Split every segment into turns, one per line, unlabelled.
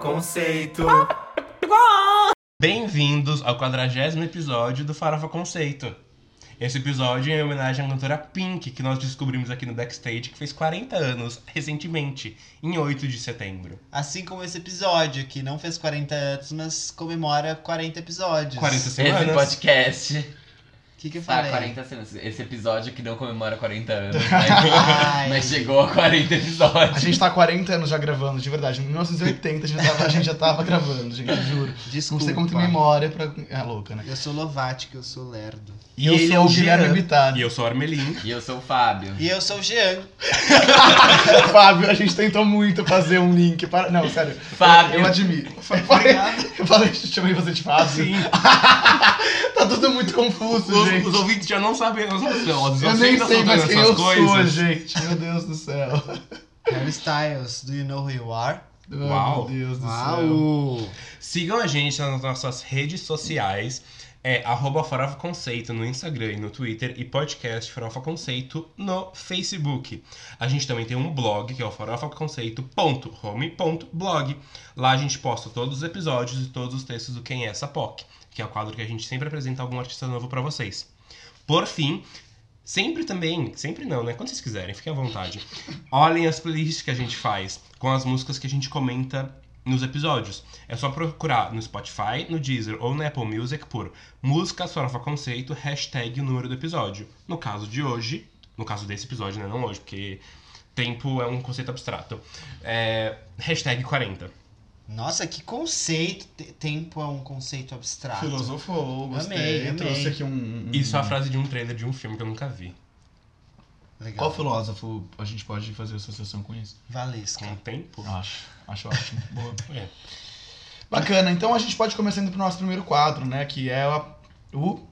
Conceito. Bem-vindos ao quadragésimo episódio do Farofa Conceito. Esse episódio é em homenagem à cantora Pink, que nós descobrimos aqui no backstage, que fez 40 anos recentemente, em 8 de setembro.
Assim como esse episódio, que não fez 40 anos, mas comemora 40 episódios.
40
Esse
semanas.
podcast.
O que, que eu
Ah,
falei?
40 semanas. Esse episódio que não comemora 40 anos,
Ai.
mas, mas chegou a 40
A
episódios.
gente tá há 40 anos já gravando, de verdade. Em 1980 a gente já tava, a gente já tava gravando, gente, eu juro.
Desculpa.
Não sei como tem memória pra. É louca, né?
Eu sou Lovatic, eu sou lerdo.
E eu
ele é
sou o Guilherme
Jean.
Bittar.
E eu sou o Armelin.
E eu sou o Fábio.
E eu sou o Jean.
Fábio, a gente tentou muito fazer um link para. Não, sério.
Fábio.
Eu admiro. Eu falei, eu falei, chamei você de Fábio.
Sim,
Tá tudo muito confuso,
os,
gente.
os ouvintes já não sabem as noções.
eu nem sei mais quem eu sou, gente. Meu Deus do céu.
Harry Styles, do You Know Who You Are?
Uau.
Meu Deus do céu.
Uau!
Sigam a gente nas nossas redes sociais. É arroba Farofa Conceito no Instagram e no Twitter e podcast Farofa Conceito no Facebook. A gente também tem um blog que é o farofaconceito.home.blog. Lá a gente posta todos os episódios e todos os textos do Quem é essa POC, que é o quadro que a gente sempre apresenta algum artista novo pra vocês. Por fim, sempre também, sempre não, né? Quando vocês quiserem, fiquem à vontade. Olhem as playlists que a gente faz com as músicas que a gente comenta nos episódios. É só procurar no Spotify, no Deezer ou na Apple Music por Música Farofa Conceito, hashtag o número do episódio. No caso de hoje, no caso desse episódio, né? Não hoje, porque tempo é um conceito abstrato. É, hashtag 40.
Nossa, que conceito. Te- Tempo é um conceito abstrato.
Filosofou, gostei.
Amei, amei.
Trouxe aqui um. um-
Isso é a frase de um trailer de um filme que eu nunca vi.
Legal.
Qual filósofo a gente pode fazer associação com isso?
Com o
Valesca.
tempo.
Acho. Acho ótimo. Boa.
É.
Bacana, então a gente pode começar indo pro nosso primeiro quadro, né? Que é a- o.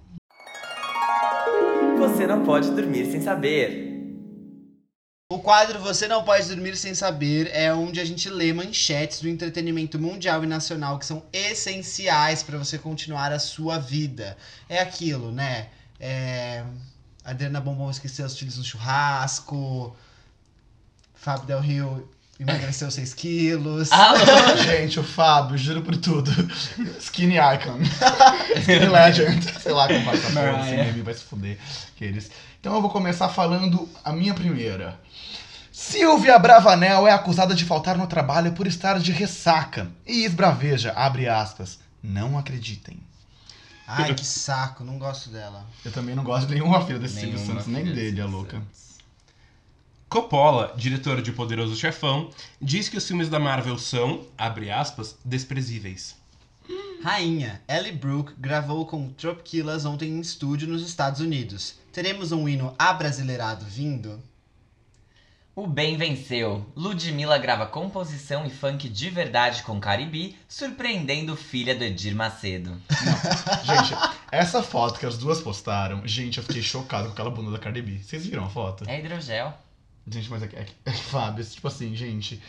Você não pode dormir sem saber.
O quadro Você Não Pode Dormir Sem Saber é onde a gente lê manchetes do entretenimento mundial e nacional que são essenciais para você continuar a sua vida. É aquilo, né? É... Adriana Bombom esqueceu os filhos no churrasco. Fábio Del Rio emagreceu 6 quilos.
Alô?
Gente, o Fábio, juro por tudo. Skinny Icon. Skinny Legend. Sei lá como passa a porra
Mariah.
desse meme, assim, vai se fuder. Aqueles. Então eu vou começar falando a minha primeira. Silvia Bravanel é acusada de faltar no trabalho por estar de ressaca. E esbraveja, abre aspas. Não acreditem.
Ai, que saco, não gosto dela.
Eu também não gosto de nenhuma filha desse Silvio
Nenhuma
Santos, nem
filha
dele,
desse
a louca.
Santos.
Coppola, diretor de Poderoso Chefão, diz que os filmes da Marvel são, abre aspas, desprezíveis.
Rainha, Ellie Brooke gravou com Tropquilas ontem em estúdio nos Estados Unidos. Teremos um hino abrasileirado vindo?
O bem venceu. Ludmilla grava composição e funk de verdade com Caribe, surpreendendo filha do Edir Macedo.
Gente, essa foto que as duas postaram, gente, eu fiquei chocado com aquela bunda da Cardi B. Vocês viram a foto?
É hidrogel.
Gente, mas é que, é que- é que, Fábio, tipo assim, gente.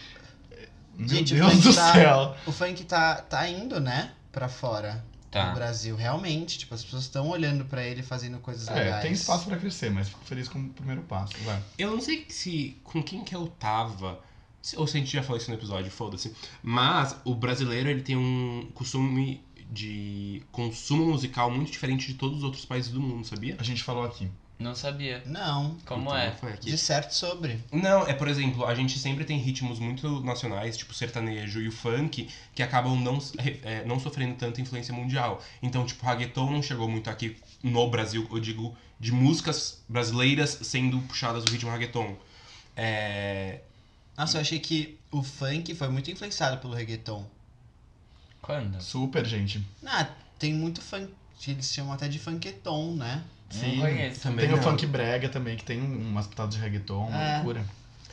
é- Meu
Gente,
Deus
mas
do
tá-
céu.
O funk tá, tá indo, né? Pra fora do
Tá.
Brasil, realmente. Tipo, as pessoas estão olhando pra ele fazendo coisas
É,
legais.
tem espaço pra crescer, mas fico feliz com o primeiro passo. Vai.
Eu não sei se com quem que eu tava, se- ou se a gente já falou isso no episódio, foda-se. Mas o brasileiro ele tem um costume de consumo musical muito diferente de todos os outros países do mundo, sabia?
A gente falou aqui.
Não sabia.
Não,
Como
Então,
é?
não foi aqui.
de certo sobre.
Não, é por exemplo, a gente sempre tem ritmos muito nacionais, tipo sertanejo e o funk, que acabam não, é, não sofrendo tanta influência mundial. Então, tipo, reggaeton não chegou muito aqui no Brasil, eu digo, de músicas brasileiras sendo puxadas do ritmo reggaeton. É,
Nossa, eu achei que o funk foi muito influenciado pelo reggaeton.
Quando?
Super, gente.
Ah, tem muito funk. Eles chamam até de funketon, né?
Não conheço.
também
Tem o
não.
funk brega também, que tem um- umas pitadas de reggaeton, uma
É.
loucura.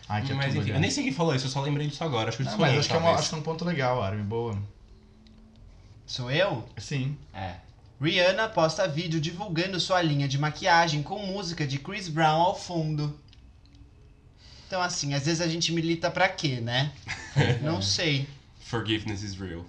Ai, que é
Mas enfim,
tudo,
eu
aliás.
nem sei quem falou isso, eu só lembrei disso agora. Acho que eu
Não, mas
desconheço,
acho que, é uma-
talvez.
acho que é um ponto legal, Armin. Boa.
Sou eu?
Sim.
É.
Rihanna posta vídeo divulgando sua linha de maquiagem com música de Chris Brown ao fundo. Então, assim, às vezes a gente milita pra quê, né? Não sei.
Forgiveness is real.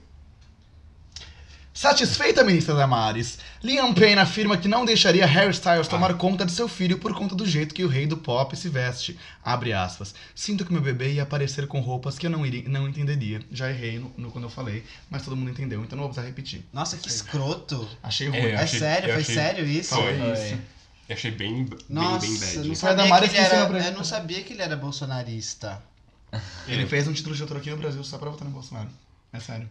Satisfeita, ministra Damares, Liam Payne afirma que não deixaria Harry
Ah.
Styles tomar conta de seu filho por conta do jeito que o rei do pop se veste. Abre aspas. Sinto que meu bebê ia aparecer com roupas que eu não, iria, não entenderia. Já errei no, no- quando eu falei, mas todo mundo entendeu, então não vou precisar repetir.
Nossa, que escroto.
Achei ruim.
É, Eu
É
achei-
sério?
eu
Foi
achei-
sério isso?
Foi.
Foi.
Eu achei bem, bem,
Nossa,
bem
eu,
bad.
não
Foi a
sabia
Damares
que
que
ele
ensinou pra
era,
ele.
eu não sabia que ele era bolsonarista.
Ele fez um título de autor aqui no Brasil só pra votar no Bolsonaro. É sério.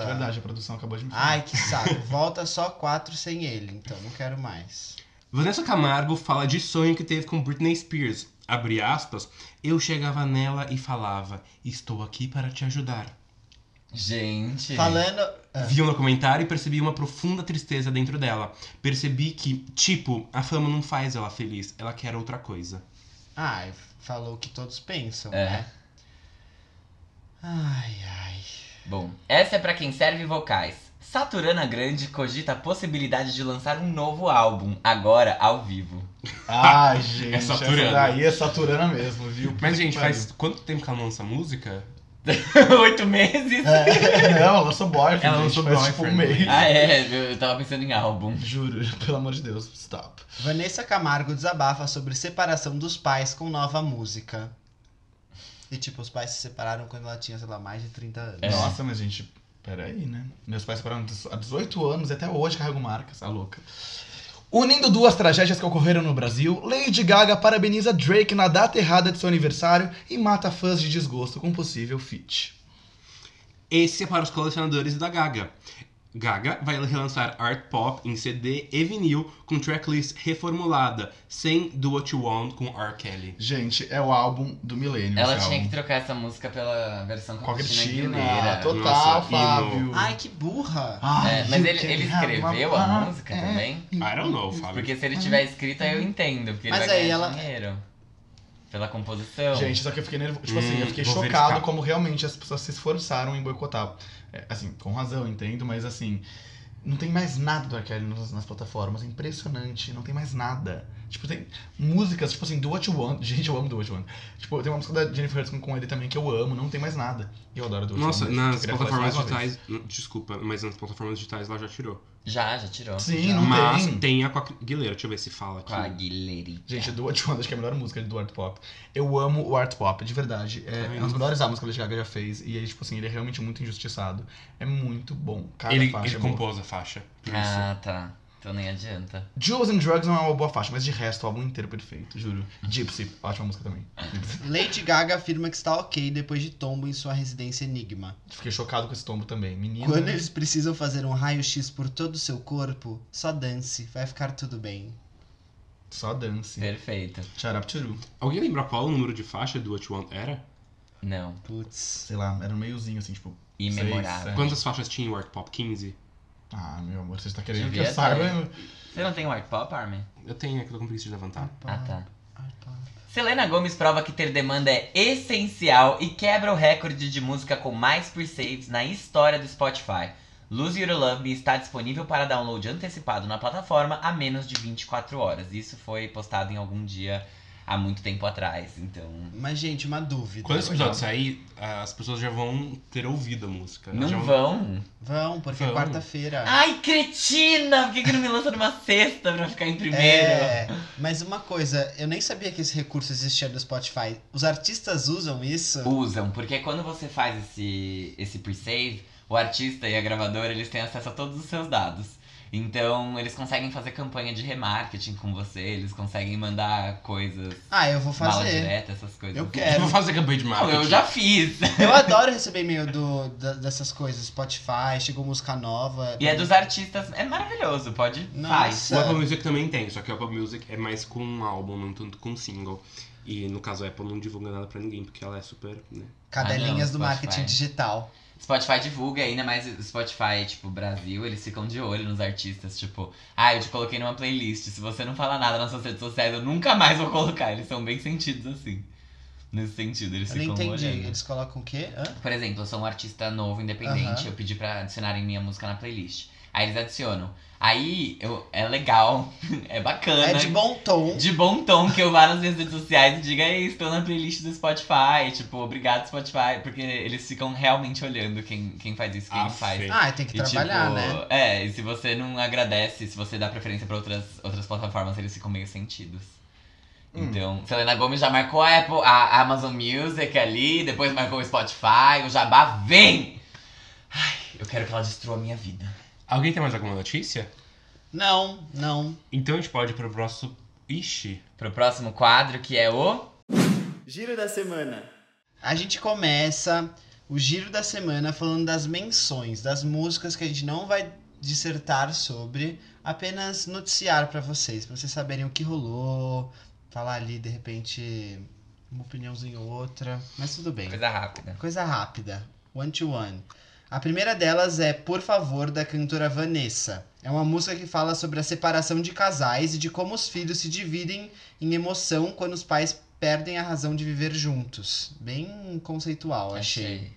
Ah.
De verdade, a produção acabou de me falar.
Ai, que saco. Volta só quatro sem ele, então não quero mais.
Vanessa Camargo fala de sonho que teve com Britney Spears. Abre aspas, eu chegava nela e falava, estou aqui para te ajudar.
Gente.
Falando.
É.
Ah,
Vi um documentário e percebi uma profunda tristeza dentro dela. Percebi que, tipo, a fama não faz ela feliz, ela quer outra coisa.
Ai, falou o que todos pensam,
É.
né? Ai, ai.
Bom, essa é pra quem serve vocais. Saturana Grande cogita a possibilidade de lançar um novo álbum, agora ao vivo.
Ai, gente.
É Saturana.
Essa daí é Saturana mesmo, viu? Puta
Mas,
que
gente,
pariu.
faz quanto tempo que ela não lança música?
Oito meses?
É. Não, ela lançou boyfriend.
Ela
gente,
lançou
faz,
Boyfriend.
Tipo, um mês.
Ah, é, eu eu tava pensando em álbum.
Juro, pelo amor de Deus, stop.
Vanessa Camargo desabafa sobre separação dos pais com nova música. E tipo, os pais se separaram quando ela tinha, sei lá, mais de 30 anos.
É.
Nossa, mas gente, peraí, né? Meus pais pararam há 18 anos e até hoje carrego marcas, a louca. Unindo duas tragédias que ocorreram no Brasil, Lady Gaga parabeniza Drake na data errada de seu aniversário e mata fãs de desgosto com possível feat.
Esse é para os colecionadores da Gaga. Gaga vai relançar Art Pop em CD e vinil com tracklist reformulada, sem Do What You Want com R. Kelly.
Gente, é o álbum do milênio.
Ela
esse
tinha que
álbum.
trocar essa música pela versão
Com a Cristina,
Aguilera.
total,
Nossa, e no-
Fábio.
Ai, que burra!
Ai,
É, mas
you
ele,
can
ele
have
escreveu
my
a
heart.
música
É.
também?
I don't know, um Fábio.
Porque se ele tiver escrito, aí eu entendo, porque
Mas
ele vai
aí
ganhar
ela-
dinheiro. Pela composição.
Gente, só que eu fiquei nervoso. Tipo assim, eu
Então. Hum,
fiquei
vou
chocado
verificar.
como realmente as pessoas se esforçaram em boicotar. É, assim, com razão, entendo, mas assim. Não tem mais nada do R. Kelly nas, nas plataformas. É impressionante. Não tem mais nada. Tipo, tem músicas, tipo assim, Do What You Want. Gente, eu amo Do What You Want. Tipo, tem uma música da Jennifer Hudson com ele também que eu amo. Não tem mais nada. E eu adoro Do What
Nossa,
You Want. mas
nas
queria falar isso
plataformas
mais uma vez.
digitais. hum, Desculpa, mas nas plataformas digitais ela já tirou.
Já, já tirou.
Sim,
Já.
não
mas
tem.
a com a Guilherme, deixa eu ver se fala aqui.
Com a Aguilera.
Gente, do What You Want, acho que é a melhor música do Art Pop. Eu amo o Art Pop, de verdade. É,
Ai,
é uma das
nossa.
melhores álbuns que a Lady Gaga já fez. E ele, tipo assim, ele é realmente muito injustiçado. É muito bom. Cada
ele
faixa
ele
é boa.
compôs a faixa. por isso.
Ah, tá. Então nem adianta.
Jewels and Drugs não é uma boa faixa, mas de resto, o álbum inteiro é perfeito, juro. Gypsy, ótima música também. Gypsy.
Lady Gaga afirma que está ok depois de tombo em sua residência Enigma.
Fiquei chocado com esse tombo também. Menino.
Uhum.
Quando eles precisam fazer um raio-x por todo o seu corpo, só dance, vai ficar tudo bem.
Só dance.
Perfeito.
Shut up, Churu.
Alguém lembra qual o número de faixa do What You Want era?
Não.
Putz.
Sei lá, era um meiozinho assim, tipo.
Imemorável.
Seis,
Quantas faixas tinha em Art Pop? 15?
Ah, meu amor, você está querendo né?" que
Devia
eu saiba.
Você não tem o Art Pop, Armin?
Eu tenho, é que eu tô com preguiça de levantar.
Ah, tá. Selena Gomes prova que ter demanda é essencial e quebra o recorde de música com mais pre-saves na história do Spotify. Lose Your Love Me está disponível para download antecipado na plataforma há menos de 24 horas. Isso foi postado em algum dia há muito tempo atrás, então.
Mas, gente, uma dúvida.
Quando esse episódio sair, as pessoas já vão ter ouvido a música. Elas já
Não vão?
Vão, porque é
Vão.
quarta-feira.
Ai, cretina! Por que, que não me lança numa sexta pra ficar em primeiro?
É, mas uma coisa, eu nem sabia que esse recurso existia do Spotify. Os artistas usam isso?
Usam, porque quando você faz esse, esse pre-save, o artista e a gravadora, eles têm acesso a todos os seus dados. Então, eles conseguem fazer campanha de remarketing com você, eles conseguem mandar coisas,
Ah, eu vou
mala
fazer.
direta, essas coisas.
Eu
Eu
quero.
vou fazer campanha de
Não,
marketing.
eu já fiz.
Eu adoro receber e-mail do, da- dessas coisas, Spotify, chegou música nova.
E é dos artistas, é maravilhoso, pode, faz.
Nossa.
O Apple Music também tem, só que o Apple Music é mais com um álbum, não tanto com single. E no caso a Apple não divulga nada pra ninguém, porque ela é super. Né?
Cadelinhas
Ah, não,
do
Spotify.
marketing digital.
Spotify divulga ainda mais o Spotify, tipo, Brasil, eles ficam de olho nos artistas, tipo, ah, eu te coloquei numa playlist, se você não fala nada nas suas redes sociais, eu nunca mais vou colocar. Eles são bem sentidos assim. Nesse sentido, eles
Eu não
ficam
entendi.
olhando.
Eles colocam o quê? Hã?
Por exemplo, eu sou um artista novo, independente,
Aham.
eu pedi pra adicionarem minha música na playlist. Aí eles adicionam. Aí eu, é legal, é bacana.
É de bom tom.
de bom tom que eu vá nas minhas redes sociais e diga, ei, estou na playlist do Spotify, tipo, obrigado Spotify, porque eles ficam realmente olhando quem, quem faz isso, quem
Ah,
não faz.
feio.
Ah, tem que
E,
trabalhar,
tipo,
né?
É, e se você não agradece, se você dá preferência pra outras, outras plataformas, eles ficam meio sentidos.
Hum.
Então, Selena Gomes já marcou a, Apple, a Amazon Music ali, depois marcou o Spotify, o Jabá vem! Ai, eu quero que ela destrua a minha vida.
Alguém tem mais alguma notícia?
Não, não.
Então a gente pode ir pro próximo. Ixi.
Pro próximo quadro, que é o...
Giro da semana.
A gente começa o giro da semana falando das menções, das músicas que a gente não vai dissertar sobre, apenas noticiar pra vocês, pra vocês saberem o que rolou, falar ali de repente uma opiniãozinha ou outra, mas tudo bem.
Coisa rápida.
Coisa rápida. One to one. A primeira delas é Por Favor, da cantora Vanessa. É uma música que fala sobre a separação de casais e de como os filhos se dividem em emoção quando os pais perdem a razão de viver juntos. Bem conceitual, achei.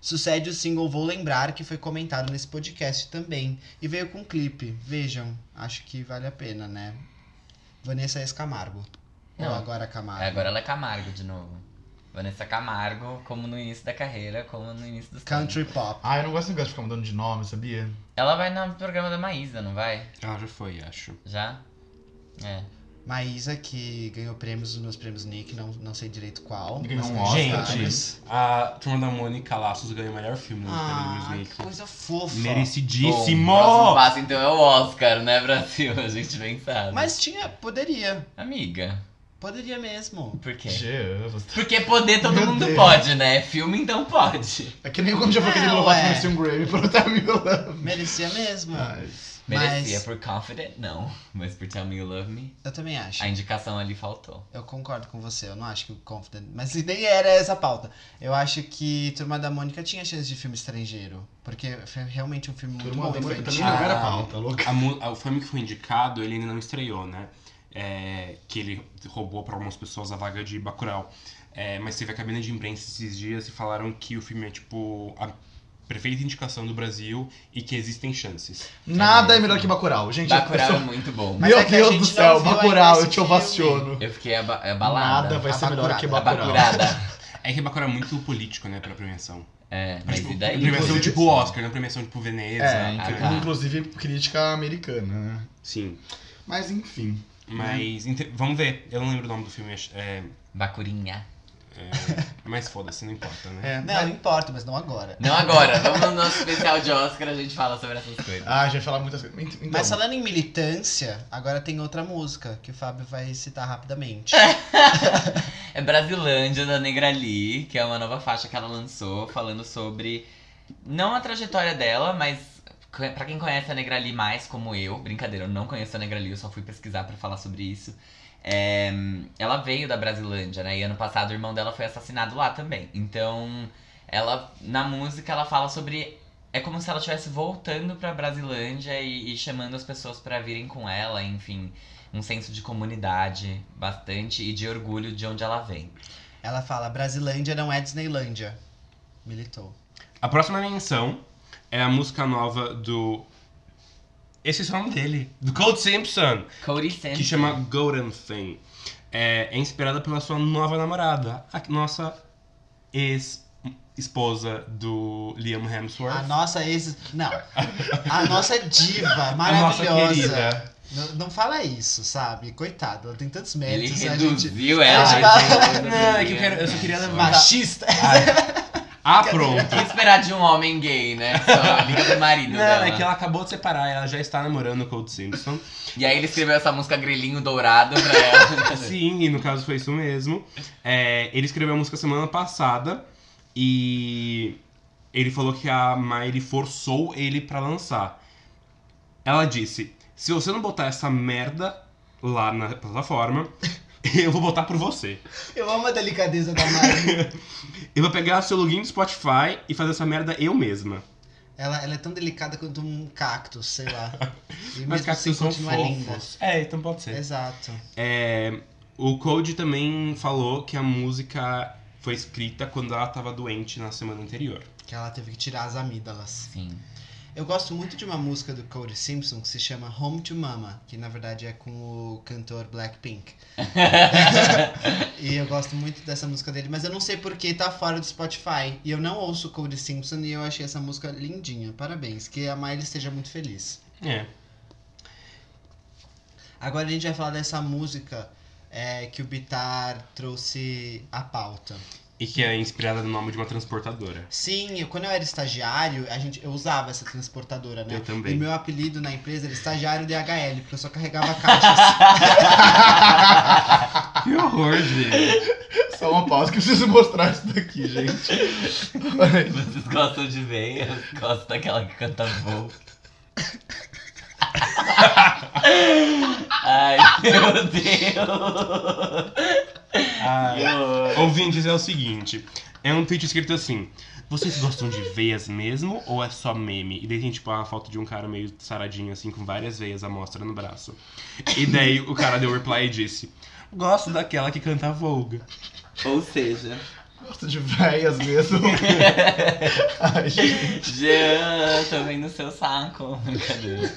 Sucede o single Vou Lembrar, que foi comentado nesse podcast também. E veio com um clipe. Vejam, acho que vale a pena, né? Vanessa Escamargo. Ou
Não.
agora Camargo.
É, Agora ela é Camargo de novo. Vanessa Camargo, como no início da carreira, como no início dos
Country Pop.
Ah, eu não gosto de ficar mudando de nome, sabia?
tempos. Ela vai no programa da Maísa, não vai?
Ah, já foi, acho.
Já? É.
Maísa, que ganhou prêmios nos meus prêmios Nick, não, não sei direito qual.
Ganhou
mas
um
ganhou
Oscar.
vários.
A turma da Mônica Laços ganhou o melhor filme nos
Ah,
prêmios
que
Nick.
coisa fofa.
Merecidíssimo!
Bom, o próximo passo então é o Oscar, né, Brasil? A gente bem sabe.
Mas tinha, poderia.
Amiga,
Poderia mesmo.
por quê?
Jesus.
Porque poder todo
Meu
mundo
Deus.
pode, né? Filme então pode.
É que nem quando já foi aquele
Não,
Lovato
é.
merecia um Grammy por Tell Me You Love Me.
Merecia mesmo.
Ah, Mas-
Merecia
Mas
por Confident, não. Mas por Tell Me You Love Me,
eu também acho.
a indicação ali faltou.
Eu concordo com você, eu não acho que o Confident. Mas nem era essa a pauta. Eu acho que Turma da Mônica tinha chance de filme estrangeiro. Porque foi realmente um filme muito
Turma
bom
da Mônica
infantil.
também não era
Ah.
pauta, louca.
A mu- a- o filme que foi indicado, ele ainda não estreou, né? É, que ele roubou pra algumas pessoas a vaga de Bacurau. É, mas teve a cabine de imprensa esses dias e falaram que o filme é, tipo, a perfeita indicação do Brasil e que existem chances.
Nada é melhor que Bacurau, gente.
Bacurau é
eu-
muito bom.
Mas
Meu
é que a
Deus
gente
do
não
céu,
viu ainda
Bacurau,
esse
eu te
filme.
ovaciono.
Eu fiquei aba abalada.
Nada vai ser melhor que Bacurau.
Abacurada.
É que Bacurau é muito político, né, pra premiação.
É, assim. mas
tipo,
e daí?
Premiação
Inclusive-
tipo Oscar, não premiação tipo Veneza.
É,
Ah,
inclu-
tá.
inclusive crítica americana, né?
Sim.
Mas enfim.
Mas inte- vamos ver. Eu não lembro o nome do filme, acho- é,
Bacurinha.
mas foda-se, não importa, né?
É,
Não, não importa, mas não agora.
Não agora, vamos no nosso especial de Oscar, a gente fala sobre essas coisas.
Ah, já ia falar muitas coisas. Ent- Então,
Mas falando em militância, agora tem outra música que o Fábio vai citar rapidamente.
É Brasilândia da Negra Lee, que é uma nova faixa que ela lançou, falando sobre não a trajetória dela, mas c- pra quem conhece a Negra Lee mais como eu, brincadeira, eu não conheço a Negra Lee, eu só fui pesquisar pra falar sobre isso. É, ela veio da Brasilândia, né? E ano passado o irmão dela foi assassinado lá também. Então, ela na música ela fala sobre é como se ela estivesse voltando pra Brasilândia e, e chamando as pessoas pra virem com ela, enfim um senso de comunidade bastante e de orgulho de onde ela vem.
Ela fala: Brasilândia não é Disneylândia. Militou.
A próxima menção é a música nova do. Esse é o nome dele. Do Cold Simpson,
Cody Sands.
que chama Golden Thing. É, é inspirada pela sua nova namorada, a nossa ex-esposa do Liam Hemsworth.
A nossa ex. Não. A nossa diva
A nossa
maravilhosa.
querida.
Não, não fala isso, sabe? Coitada, ela tem tantos
Ele
méritos. a gente.
reduziu
Ai,
É, ela. tá
gente
gente, não,
Ele
é que Ah, eu,
reduziu.
quero, eu só queria levantar.
Machista.
Ai. Ah, pronto.
O que esperar de um homem gay, né? Só liga pro marido
Não,
dela.
é que ela acabou de separar, ela já está namorando o Cold Simpson.
E aí ele escreveu essa música Grelhinho Dourado pra ela.
Sim, e no caso foi isso mesmo. É, ele escreveu a música semana passada e ele falou que a Miley forçou ele pra lançar. Ela disse: Se você não botar essa merda lá na plataforma, eu vou botar por você.
Eu amo a delicadeza da Mari.
Eu vou pegar seu login do Spotify e fazer essa merda eu mesma.
Ela, ela é tão delicada quanto um cactus, sei lá. E
Mas
mesmo assim
cactos são
continua linda.
fofos. É, então pode ser.
Exato.
É, o Code também falou que a música foi escrita quando ela tava doente na semana anterior.
Que ela teve que tirar as amígdalas.
Sim.
Eu gosto muito de uma música do Cody Simpson que se chama Home to Mama, que na verdade é com o cantor Blackpink. e eu gosto muito dessa música dele, mas eu não sei porque tá fora do Spotify. E eu não ouço Cody Simpson e eu achei essa música lindinha. Parabéns, que a Miley esteja muito feliz.
É.
Agora a gente vai falar dessa música é, que o Bitar trouxe a pauta.
E que é inspirada no nome de uma transportadora.
Sim, eu- quando eu era estagiário, a gente, eu usava essa transportadora, né?
Eu também.
E meu apelido na empresa era estagiário DHL, porque eu só carregava caixas.
Que horror, gente.
Só uma pausa que eu preciso mostrar isso daqui, gente.
Vocês gostam de ver, eu gosto daquela que canta voo. Ai, meu Deus! Que horror.
Ouvintes, é o seguinte. É um tweet escrito assim. Vocês gostam de veias mesmo ou é só meme? E daí tem tipo uma foto de um cara meio saradinho assim, com várias veias à mostra no braço. E daí o cara deu reply e disse: Gosto daquela que canta Volga.
Ou seja,
Gosto de véias mesmo. Ai, gente.
Jean, tô vendo seu saco. Brincadeira.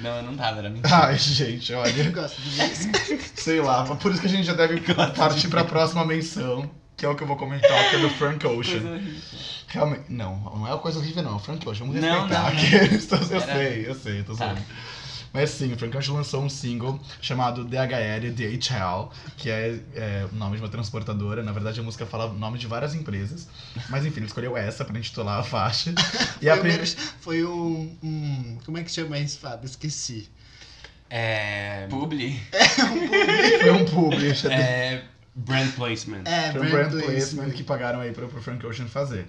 Não, eu não tava, era mentira.
Ai, gente,
eu
olha.
gosto de ver isso.
Sei lá. Por isso que a gente já deve partir pra próxima menção, que é o que eu vou comentar, que é do Frank
Coisa
Ocean.
horrível.
Realmente. Não, não é uma coisa horrível, não. Frank Ocean, vamos
Não, não,
respeitar.
não.
que eles tão- eu
Era-
sei, eu sei, tô
Tá.
sabendo. Mas sim, o Frank Ocean lançou um single chamado DHL, DHL, que é, é, o nome de uma transportadora. Na verdade, a música fala o nome de várias empresas. Mas enfim, ele escolheu essa pra intitular a faixa. E
foi,
a
o
primeira.
menos- foi um, um- Como é que chama isso, Fábio? Esqueci.
É.
Publi.
Foi um publi,
É. Brand placement.
É,
Foi um brand placement
né?
que pagaram aí pro, pro Frank Ocean fazer.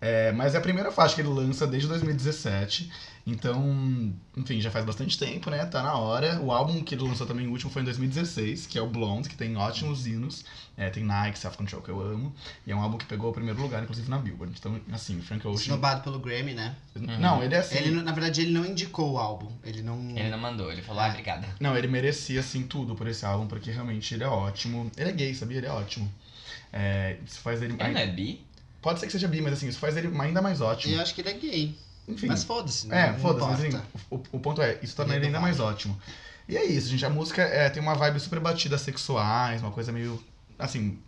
É, mas é a primeira faixa que ele lança desde 2017. Então, enfim, já faz bastante tempo, né? Tá na hora. O álbum que ele lançou também, o último, foi em 2016, que é o Blonde, que tem ótimos hinos. É, tem Nike, Self Control, que eu amo. E é um álbum que pegou o primeiro lugar, inclusive, na Billboard. Então, assim, Frank Ocean...
Snobado pelo Grammy, né?
Não, ele é assim...
Ele, não- na verdade, ele não indicou o álbum. Ele não.
Ele não mandou, ele falou, ah, obrigada.
Não, ele merecia, assim, tudo por esse álbum, porque realmente ele é ótimo. Ele é gay, sabia? Ele é ótimo. É, isso faz ele...
né?
Ele não é bi?
Pode ser que seja bi, mas assim, isso faz ele ainda mais ótimo.
Eu acho que ele é gay.
Enfim.
Mas foda-se, né?
É,
Não
foda-se, mas
importa.
assim, o, o ponto é, isso torna
Ele é
ele ainda
do
mais ótimo. E é isso, gente. A música é, tem uma vibe super batida sexuais, uma coisa meio. Assim,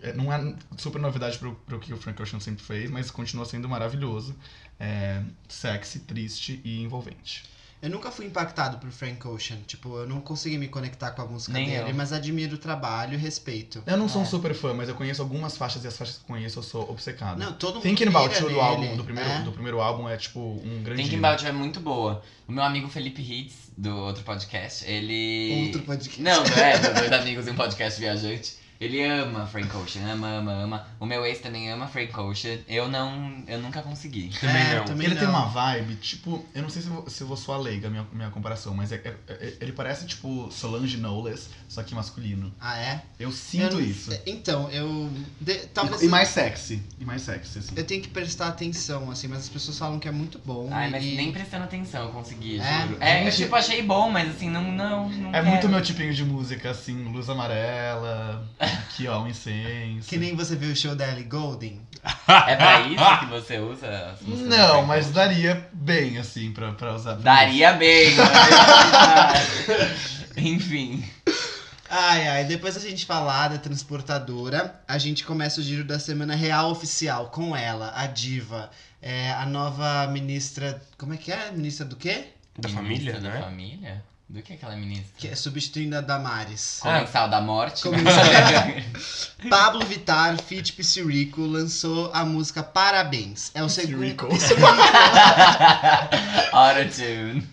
é, não é super novidade pro, pro que o Frank Ocean sempre fez, mas continua sendo maravilhoso. É, sexy, triste e envolvente.
Eu nunca fui impactado por Frank Ocean. Tipo, eu não consegui me conectar com a música
Nem
dele,
eu.
mas admiro o trabalho e respeito.
Eu não sou um
É.
super fã, mas eu conheço algumas faixas e as faixas que eu conheço eu sou obcecado.
Não, todo mundo.
Thinking About
pira
You do
nele,
álbum, do primeiro,
né?
do primeiro álbum é tipo um grande.
Thinking
hino.
About You é muito boa. O meu amigo Felipe Hitz, do outro podcast, ele...
Outro podcast.
Não, não é, são dois amigos em um podcast viajante. Ele ama Frank Ocean, ama, ama, ama. O meu ex também ama Frank Ocean. Eu não, eu nunca consegui.
Também
É,
não.
também
Ele tem
não.
uma vibe, tipo, eu não sei se eu vou, se eu vou soar leiga a minha, minha comparação, mas é- é- é- ele parece tipo Solange Knowles, só que masculino.
Ah, é?
Eu
Eu-
sinto isso.
Então, eu. de- talvez.
E, e mais sexy. E mais sexy, assim.
Eu tenho que prestar atenção, assim, mas as pessoas falam que é muito bom.
Ai, mas
e-
nem prestando atenção eu consegui,
É?
juro. É, eu
Gente-
tipo, achei bom, mas assim, não, não, não
É muito
quero.
meu tipinho de música, assim, luz amarela, aqui ó, um incenso.
Que nem você viu o show da Ellie Golden.
É pra isso que você usa as músicas do
Não,
Frank
mas
Ocean?
daria bem, assim, pra, pra usar. pra
Daria bem, na verdade. Enfim.
Ai, ai, depois da gente falar da transportadora, a gente começa o giro da semana real oficial com ela, a diva, é, a nova ministra. Como é que é? Ministra do quê?
Da
Ministra
família,
da
né?
família? Do que aquela ministra?
Que é substituindo a Damares.
Comensal da morte?
Comensal. Pablo Vittar, feat Pissirico, lançou a múca Parabéns. É o
isso.
segundo.
Rico.
Autotune.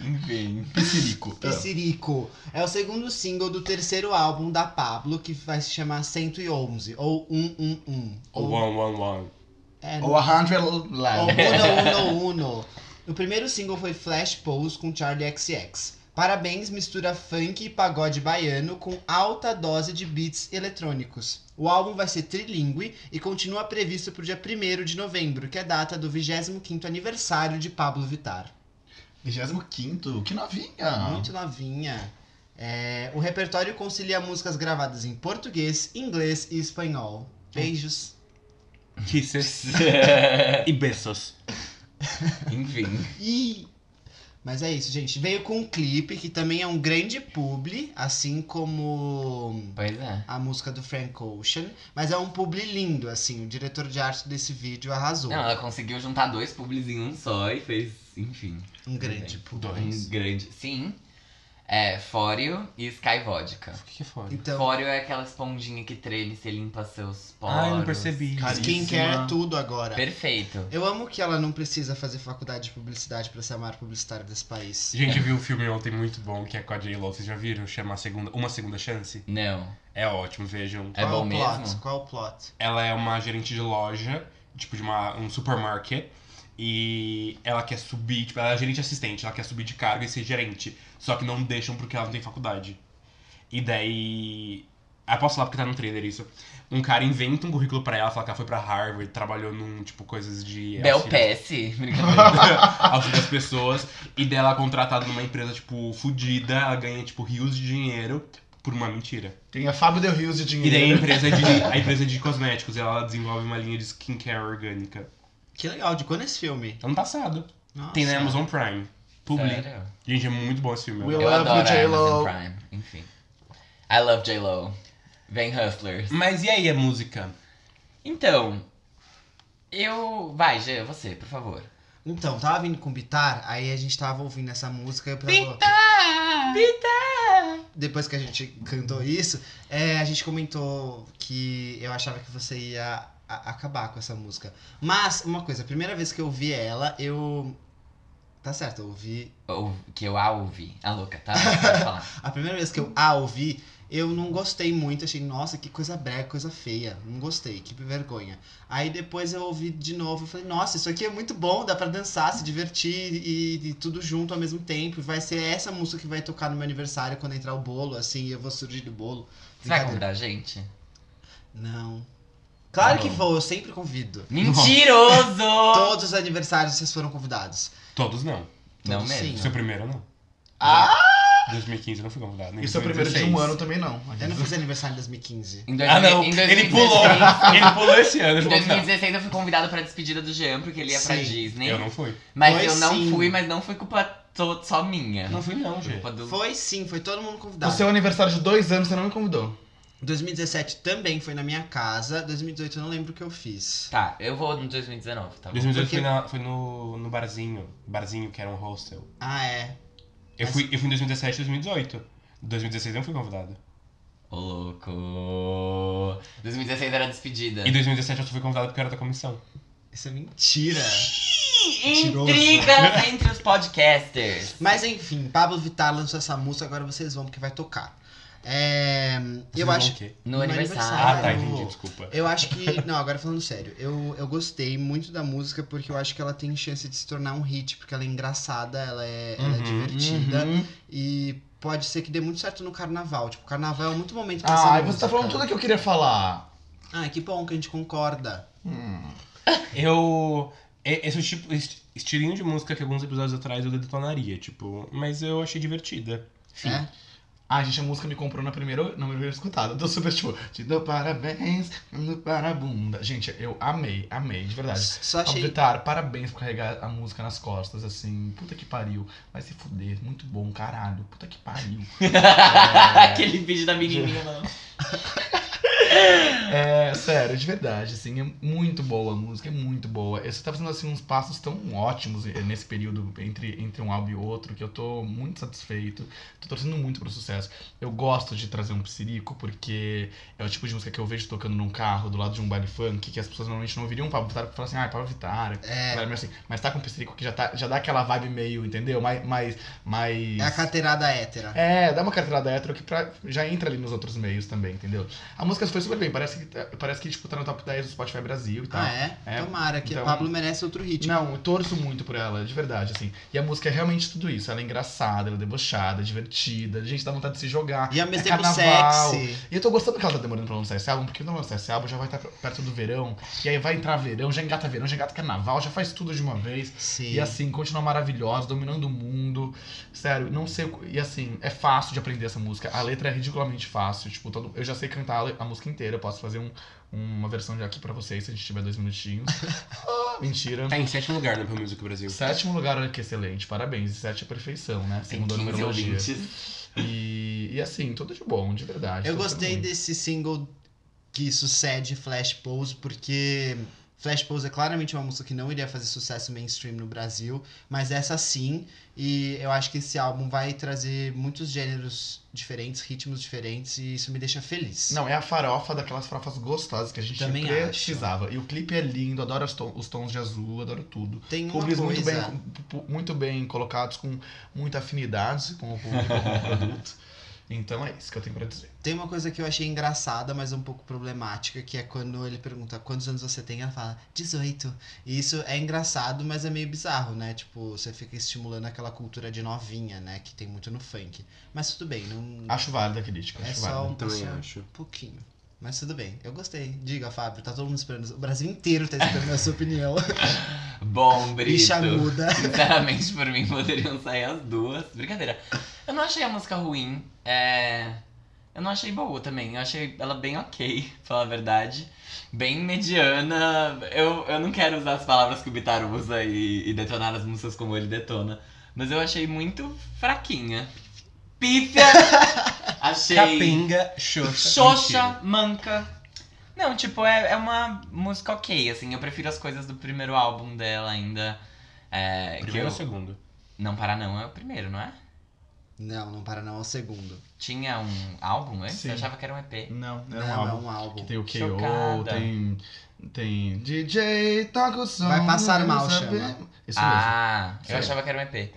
Enfim.
Piscirico.
Pissirico. É o segundo single do terceiro álbum da Pablo, que vai se chamar 111, ou 111.
Ou um, one, one, one.
É,
Ou a Hundred
Ou
Lab.
Uno Uno Uno. O primeiro single foi Flash Pose com Charlie XX. Parabéns mistura funk e pagode baiano com alta dose de beats eletrônicos. O álbum vai ser trilingüe e continua previsto para o dia 1 de novembro, que é a data do 25º aniversário de Pablo Vittar.
25, que novinha.
Muito novinha. É, o repertório concilia músicas gravadas em português, inglês e espanhol. Beijos.
Kisses. E beijos.
Enfim.
Ih! Mas é isso, gente. Veio com um clipe que também é um grande publi, assim como
Pois é.
a música do Frank Ocean. Mas é um publi lindo, assim. O diretor de arte desse vídeo arrasou.
Não, ela conseguiu juntar dois públicos em um só e fez, enfim,
um grande publi.
um grande. Sim. É, Fório e Sky Vodka.
O que, que foi?
Então,
Fório é aquela esponjinha que treme, você limpa seus poros.
Ah, eu não percebi.
skincare é tudo agora.
Perfeito.
Eu amo que ela não precisa fazer faculdade de publicidade pra ser a maior publicitária desse país.
Gente, eu vi um filme ontem muito bom que é com a J-Lo. Vocês já viram? Chama a segunda, Uma Segunda Chance?
Não.
É ótimo, vejam.
É
Qual
bom
o plot?
mesmo?
Qual o plot?
Ela é uma gerente de loja, tipo de uma, um supermarket. E ela quer subir, tipo, ela é gerente assistente, ela quer subir de cargo e ser gerente. Só que não deixam porque ela não tem faculdade. E daí. Ah, posso falar porque tá no trailer isso. Um cara inventa um currículo pra ela, fala que ela foi pra Harvard, trabalhou num, tipo, coisas de.
Bel
auxílio-
Pesce. Brincadeira.
auxílio das pessoas. E dela é contratada numa empresa, tipo, fudida, ela ganha, tipo, rios de dinheiro por uma mentira.
Tem a Fábio Del Rios de
E daí a
dinheiro.
empresa é de, a empresa é de cosméticos, e ela desenvolve uma linha de skincare orgânica.
Que legal, de quando é esse filme?
Ano passado.
Nossa.
Tem na Amazon Prime. Publi.
Sério?
Gente, é muito bom esse filme.
Will-
eu
Eu
love
adoro a
J.Lo.
Amazon Prime. Enfim. I love J-Lo. Vem Hustlers.
adoro. Mas e aí a música?
Então, eu... Vai, Gê, você, por favor.
Então, tava vindo com Bitar, aí a gente tava ouvindo essa música e eu tava... Depois que a gente cantou isso, é, a gente comentou que eu achava que você ia a- acabar com essa música. Mas, uma coisa, a primeira vez que eu ouvi ela, eu. Tá certo, eu ouvi.
Ou- que eu a ouvi. A louca, tá? Pode falar.
A primeira vez que eu a ouvi, eu não gostei muito. Achei, nossa, que coisa brega, coisa feia. Não gostei, que vergonha. Aí depois eu ouvi de novo e falei, nossa, isso aqui é muito bom, dá pra dançar, se divertir e, e tudo junto ao mesmo tempo. E vai ser essa música que vai tocar no meu aniversário quando entrar o bolo, assim, e eu vou surgir do bolo.
Você vai
Brincadeira.
convidar a gente?
Não. Claro
Não.
que vou, eu sempre convido.
Mentiroso!
Todos os aniversários vocês foram convidados.
Todos não.
Não
Todos
mesmo.
O
sim.
seu primeiro não.
Ah!
2015 eu não fui convidado. nem
E seu primeiro de
2016.
um ano também não.
Eu não fiz aniversário em 2015.
Em dois-
Ah, não.
em
Ele pulou.
2016
Ele pulou esse ano.
Em
Ele falou, assim, não.
2016 eu fui convidado pra despedida do Jean, porque ele ia pra
Sim.
Disney.
Eu não fui.
Mas
Foi
eu não
sim.
fui, mas não foi culpa to- só minha.
Não fui não,
Foi
gente.
culpa do...
Foi sim, foi todo mundo
No
convidado.
seu aniversário de dois anos, você não me convidou.
2017 também foi na minha casa. 2018 eu não lembro o que eu fiz.
Tá, eu vou no 2019, tá bom?
2018
Porque-
foi, na- foi no, no barzinho. Barzinho que era um hostel.
Ah, é.
Eu
Mas-
fui, eu fui em 2017 e 2018. 2016 eu não fui convidado.
Ô, louco. 2016 era despedida.
E 2017 eu só fui convidado porque É. eu era da comissão.
Isso é mentira.
Ih,
Mentiroso.
Intrigas entre os podcasters.
Mas enfim, Pablo Vittar lançou essa música, agora vocês vão porque vai tocar. É,
Vocês
eu
vão
acho.
o quê?
No,
No
aniversário.
Ah, tá,
eu-
entendi, desculpa.
Eu acho que. Não, agora falando sério. Eu, eu gostei muito da música porque eu acho que ela tem chance de se tornar um hit, porque ela é engraçada, ela é, ela é
Uhum,
divertida.
Uhum.
E pode ser que dê muito certo no carnaval. Tipo, carnaval é muito momento pra essa
Ah, e você
música.
tá falando tudo que eu queria falar.
Ah, que bom que a gente concorda.
Hum.
Eu. e- Esse tipo, esse estilinho de música que alguns episódios atrás eu detonaria, tipo, mas eu achei divertida. Enfim.
É?
Ah, gente, a música me comprou na primeira, na primeira escutada. Eu tô super tipo, te dou parabéns, no parabunda. Gente, eu amei, amei, de verdade.
Só achei.
Alvitar, parabéns por carregar a música nas costas, assim. Puta que pariu. Vai se fuder. Muito bom, caralho. Puta que pariu.
Aquele vídeo da menininha lá.
É, sério, de verdade, assim. É muito boa a música, é muito boa. Você tá fazendo, assim, uns passos tão ótimos eh, nesse período entre, entre um álbum e outro que eu tô muito satisfeito. Tô torcendo muito pro sucesso. Eu gosto de trazer um psirico porque é o tipo de música que eu vejo tocando num carro do lado de um baile funk que as pessoas normalmente não ouviriam Pablo Vittar porque falam assim, ah, é Pablo Vittar,
É,
Mas, assim, mas tá com o psirico que já, tá, já dá aquela vibe meio, entendeu? Mais. mais, mais...
é a cateirada hétera.
É, dá uma carteirada hétero que pra- já entra ali nos outros meios também, entendeu? A música foi super bem, parece que, parece que tipo, tá no top 10 do Spotify Brasil e tal.
Ah, é?
É.
Tomara, que
Então-
Pablo merece outro hit.
Não, eu torço muito por ela, de verdade, assim. E a música é realmente tudo isso. Ela é engraçada, ela é debochada, divertida, a gente dá vontade de se jogar.
E ao mesmo
É
tempo
carnaval.
sexy.
E eu tô gostando que ela tá demorando pra lançar esse álbum, porque não é lançar esse álbum já vai estar perto do verão. E aí vai entrar verão, já engata verão, já engata carnaval, já faz tudo de uma vez.
Sim.
E assim, continua maravilhosa, dominando o mundo. Sério, não sei. o- E assim, é fácil de aprender essa música. A letra é ridiculamente fácil. Tipo, todo- eu já sei cantar a le- a música inteira. Eu posso fazer um, uma versão de aqui pra vocês, se a gente tiver dois minutinhos. ah, mentira.
Tá em sétimo lugar no Apple Music Brasil.
Sétimo lugar, olha que excelente, parabéns. E Sete é perfeição, né?
Tem
Segundo a
15
numerologia.
ouvintes.
E, e assim, tudo de bom, de verdade.
Eu
tudo
gostei
muito.
desse single que sucede Flash Pose, porque Flash Pose é claramente uma música que não iria fazer sucesso mainstream no Brasil, mas essa sim, e eu acho que esse álbum vai trazer muitos gêneros diferentes, ritmos diferentes, e isso me deixa feliz.
Não, é a farofa daquelas farofas gostosas que a gente
Também
precisava. E o clipe é lindo, adoro as ton- os tons de azul, adoro tudo.
Tem uma
Públicos
coisa...
muito bem, pu- muito bem colocados, com muita afinidade com o público, com o produto. Então é isso que eu tenho pra dizer.
Tem uma coisa que eu achei engraçada, mas um pouco problemática, que é quando ele pergunta quantos anos você tem, ela fala 18. E isso é engraçado, mas é meio bizarro, né? Tipo, você fica estimulando aquela cultura de novinha, né? Que tem muito no funk. Mas tudo bem, não.
Acho válida a crítica,
é
acho
só
válida.
um,
Também
só um
acho.
pouquinho. Mas tudo bem, eu gostei. Diga, Fábio, tá todo mundo esperando. O Brasil inteiro tá esperando a sua opinião.
Bom, Brito.
Bicha muda.
Sinceramente, por mim, poderiam sair as duas. Brincadeira. Eu não achei a música ruim. É... Eu não achei boa também. Eu achei ela bem ok, pra falar a verdade. Bem mediana. Eu, eu não quero usar as palavras que o Bitar usa e, e detonar as músicas como ele detona. Mas eu achei muito fraquinha. Pífia! achei.
Capenga, xoxa.
Xoxa, manca. Não, tipo, é, é uma música ok, assim. Eu prefiro as coisas do primeiro álbum dela ainda. É, que
Primeiro
eu-
ou segundo?
Não Para Não é o primeiro, não é?
Não, não para não, é o segundo.
Tinha um álbum antes?
Sim.
Eu achava que era um EP.
Não, era um
não,
álbum.
é um álbum.
Tem o KO,
Chocada.
tem, tem DJ, toca o som.
Vai passar
não
mal,
sabe-
chama.
Isso mesmo.
ah, eu
Sério.
achava que era um EP.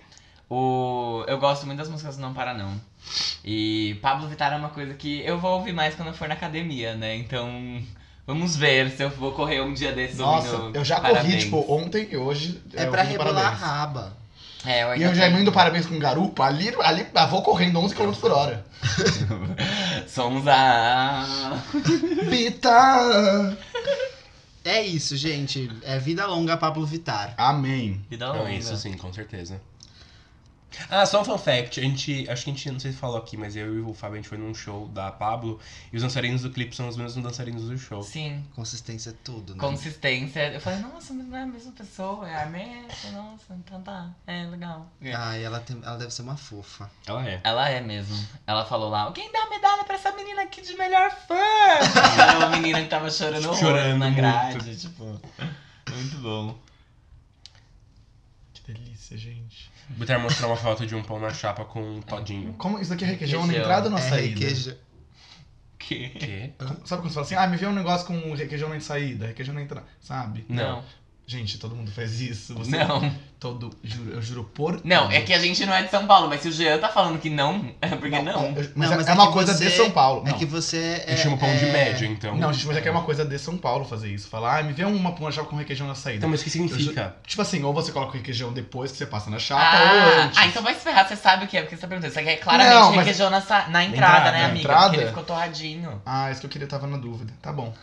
O... Eu gosto muito das músicas do Não Para Não. E Pablo Vittar é uma coisa que eu vou ouvir mais quando eu for na academia, né? Então, vamos ver se eu vou correr um dia desses
Nossa,
ouvindo
eu já
Parabéns.
corri, tipo, ontem e hoje.
É
eu
pra
ouvindo
rebolar a
um parabéns.
raba.
É, eu
E
ainda
eu já
tenho.
emendo parabéns com garupa, ali, ali ah, vou correndo 11 km por hora.
Somos a...
Bita!
É isso, gente. É vida longa, Pablo Vittar.
Amém.
Vida
Não,
longa.
Então, isso
né?
sim, com certeza. Ah, só um fun fact. A gente, acho que a gente, não sei se falou aqui, mas eu e o Fábio, a gente foi num show da Pablo. E os dançarinos do clipe são os mesmos dançarinos do show.
Sim,
Consistência é tudo, né?
consistência. Eu falei, nossa, mas não é a mesma pessoa, é a mesma, nossa, então tá, é legal.
Ai, ela, tem, ela deve ser uma fofa.
Ela é.
Ela é mesmo. Ela falou lá, quem dá medalha pra essa menina aqui de melhor fã? Era uma menina que tava chorando,
Tipo,
horrores
chorando
na
muito.
grade, tipo. Muito bom.
Que delícia, gente.
Vou ter mostrar uma foto de um pão na chapa com um todinho.
Como isso daqui é requeijão na
Requeijão.
entrada ou na
é
saída?
requeijão.
Que?
Que?
Sabe quando você fala assim, ah, me vê um negócio com requeijão na saída, requeijão na entrada, sabe?
Não.
Gente, todo mundo faz isso. Você
Não.
Todo, juro, eu juro por.
Não,
tudo.
é que a gente não é de São Paulo, mas se o Jean tá falando que não, é porque
Não,
não.
eu- mas,
Não,
é-
mas
é,
é
uma
que
coisa de
você-
São Paulo.
É
não.
que você é.
Eu chamo
um
pão de
é-
médio, então.
um
não, gente, mas é que é uma coisa de São Paulo fazer isso. Falar, ah, me vê uma pão na chapa com requeijão na saída.
Então, mas o que significa?
Tipo assim, ou você coloca o requeijão depois que você passa na chapa, ou
Ah,
antes.
ah, então vai se ferrar, você sabe o que é, porque você tá perguntando. Isso aqui é claramente
Não, mas-
requeijão na, sa- na entrada,
entrada,
né,
na
amiga?
entrada?
Porque ele ficou torradinho.
Ah, isso que eu queria tava na dúvida. Tá bom.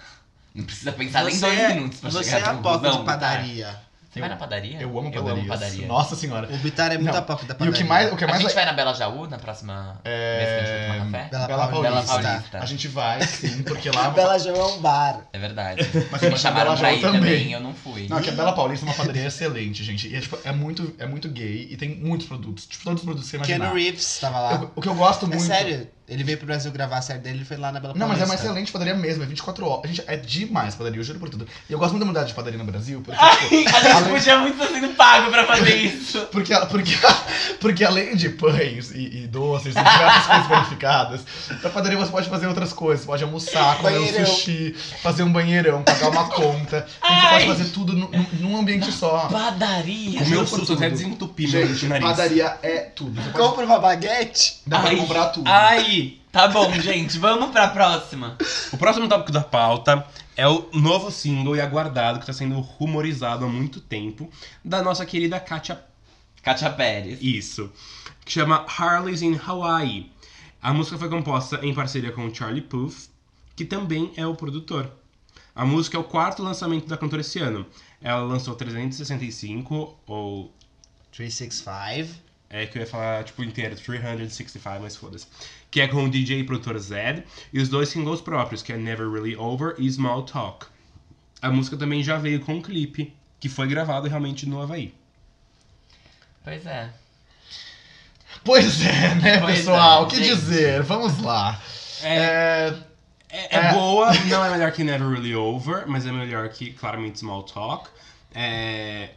Não precisa pensar nem
Você
dois
é-
minutos pra
Você
chegar
é
tá? à
a poca
conclusão,
de padaria.
Bitar. Você vai na padaria?
Eu amo
É. Eu
padarias.
amo padaria.
Nossa é- senhora.
O Bitar é muito
Não.
a poca da
E o
padaria.
que mais, o que
A
mais
gente vai na Bela Jaú na próxima
É,
vez que a gente vai tomar café?
Bela
Bela
Paulista.
Bela
Paulista.
Paulista.
A gente vai, sim, porque lá.
Bela João é um bar.
É verdade.
Mas tem
Me
uma
chamaram
Bela
pra
Jaú
ir também.
também,
eu não fui.
Não, que a Bela Paulista é uma padaria excelente, gente. E é, tipo, é muito, é muito gay e tem muitos produtos. Tipo, todos os produtos que você
Keanu
imaginar.
Reeves tava lá.
Eu- o que eu gosto
é
muito.
sério, ele veio pro Brasil gravar a série dele e foi lá na Bela
Não, mas é
Paulista.
uma excelente padaria mesmo, é 24 horas. Gente, é demais padaria, eu juro por tudo. E eu gosto muito da mudar de padaria no Brasil, porque, tipo,
A gente podia muito ter sido pago pra fazer isso.
porque, porque, porque além de pães e, e doces e diversas coisas verificadas, na padaria você pode fazer outras coisas. Você pode almoçar, comer um
Banheirão.
sushi, fazer um banheirão, pagar uma conta. Gente, Você pode
Ai.
fazer tudo num- num num ambiente só.
Padaria?
O meu
juro por
susto até
tudo.
desentupir meu
Gente,
nariz.
padaria é tudo. Você pode,
Compra uma baguete?
dá pra
Ai.
comprar tudo.
Ai, tá bom, gente. Vamos pra próxima.
O próximo tópico da pauta é o novo single e aguardado, que tá sendo rumorizado há muito tempo, da nossa querida Katia
Katia Pérez.
Isso. Que chama Harley's in Hawaii. A música foi composta em parceria com o Charlie Puth, que também é o produtor. A música é o quarto lançamento da cantora esse ano. Ela lançou 365, ou
365.
É que eu ia falar, tipo, inteiro, 365, mas foda-se. Que é com o DJ e produtora Zed. E os dois singles próprios, que é Never Really Over e Small Talk. A música também já veio com um clipe, que foi gravado realmente no Havaí.
Pois é.
Pois é, né,
Pois é,
pessoal? O que
gente.
dizer? Vamos lá.
É,
É,
é, é
é.
boa, não é melhor que Never Really Over, mas é melhor que, claramente, Small Talk. É,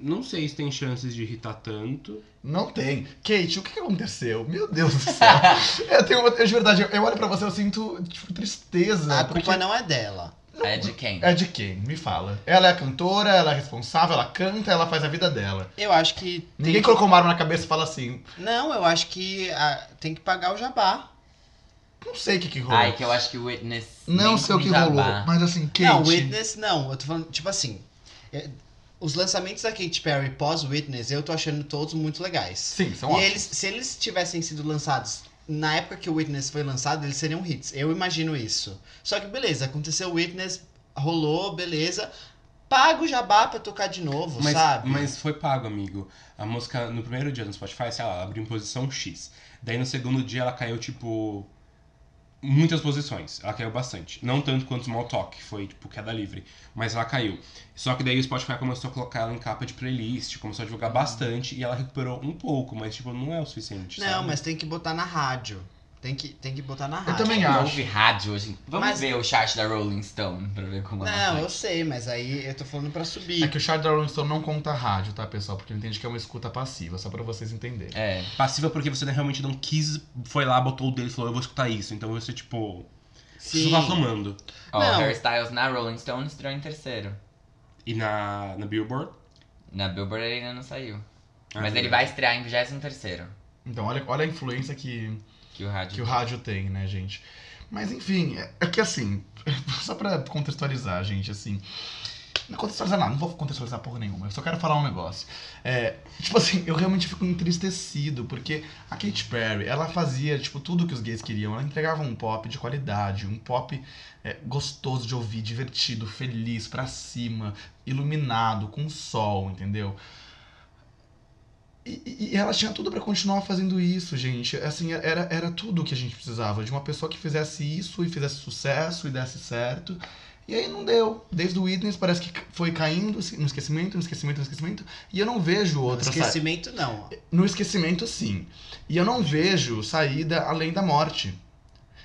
não sei se tem chances de irritar tanto.
Não tem. Kate, o que que aconteceu? Meu Deus do céu. eu tenho, eu, de verdade, eu, eu olho pra você, eu sinto, tipo, tristeza.
A culpa
porque-
não é dela.
É de quem?
É de quem? Me fala. Ela é a cantora, ela é responsável, ela canta, ela faz a vida dela.
Eu acho que. tem
Ninguém
que-
colocou uma arma na cabeça e fala assim,
Não, eu acho que ah, tem que pagar o jabá.
não sei o que que rolou.
Ai, que eu acho que o Witness.
não
nem
sei o que
com jabá.
rolou, mas assim, Kate...
Não, Witness não. Eu tô falando, tipo assim. é, Os lançamentos da Katy Perry pós-Witness, eu tô achando todos muito legais.
Sim, são
E
ótimos.
eles, se eles tivessem sido lançados na época que o Witness foi lançado, eles seriam hits. Eu imagino isso. Só que beleza, aconteceu o Witness, rolou, beleza. Paga o jabá pra tocar de novo,
Mas,
sabe?
mas foi pago, amigo. A música, no primeiro dia no Spotify, sei lá, ela abriu em posição X. Daí no segundo dia ela caiu, tipo. Muitas posições. Ela caiu bastante. Não tanto quanto Small Talk, que foi, tipo, queda livre. Mas ela caiu. Só que daí o Spotify começou a colocar ela em capa de playlist, começou a divulgar bastante e ela recuperou um pouco, mas, tipo, não é o suficiente.
Não,
sabe?
mas tem que botar na rádio. Tem que, tem que botar na rádio.
também
Não
acho.
houve rádio hoje. Vamos
Mas-
ver o chat da Rolling Stone pra ver como ela
Não,
tá.
eu sei, mas aí eu tô falando pra
É
subir.
que o Charles Darwin Stone não conta rádio, tá, pessoal? Porque ele entende que é uma escuta passiva, só pra vocês entenderem.
É.
Passiva porque você realmente não quis, foi lá, botou o dele e falou, eu vou escutar isso. Então você, tipo. Você
Sim.
só tá fumando.
Ó,
Não.
Hairstyles na Rolling Stone estreou em terceiro.
E na, na Billboard.
Na Billboard ele ainda não saiu.
Ah,
Mas ele
é.
verdade.
vai estrear em 23
Então, olha, olha a influência que,
que o rádio.
que o rádio tem, né, gente? Mas enfim, é, é que assim, só pra contextualizar, gente, assim. Não contextualizar nada, não vou contextualizar porra nenhuma, eu só quero falar um negócio. É, tipo assim, eu realmente fico entristecido, porque a Katy Perry, ela fazia, tipo, tudo que os gays queriam. Ela entregava um pop de qualidade, um pop é, gostoso de ouvir, divertido, feliz, pra cima, iluminado, com sol, entendeu? E- E, e ela tinha tudo pra continuar fazendo isso, gente. Assim, era, era tudo o que a gente precisava. De uma pessoa que fizesse isso e fizesse sucesso e desse certo. E aí não deu. Desde o Witness parece que foi caindo assim, no esquecimento, no esquecimento, no esquecimento. E eu não vejo
Não,
outra sa-
esquecimento não.
no esquecimento, sim. E eu não vejo saída além da morte.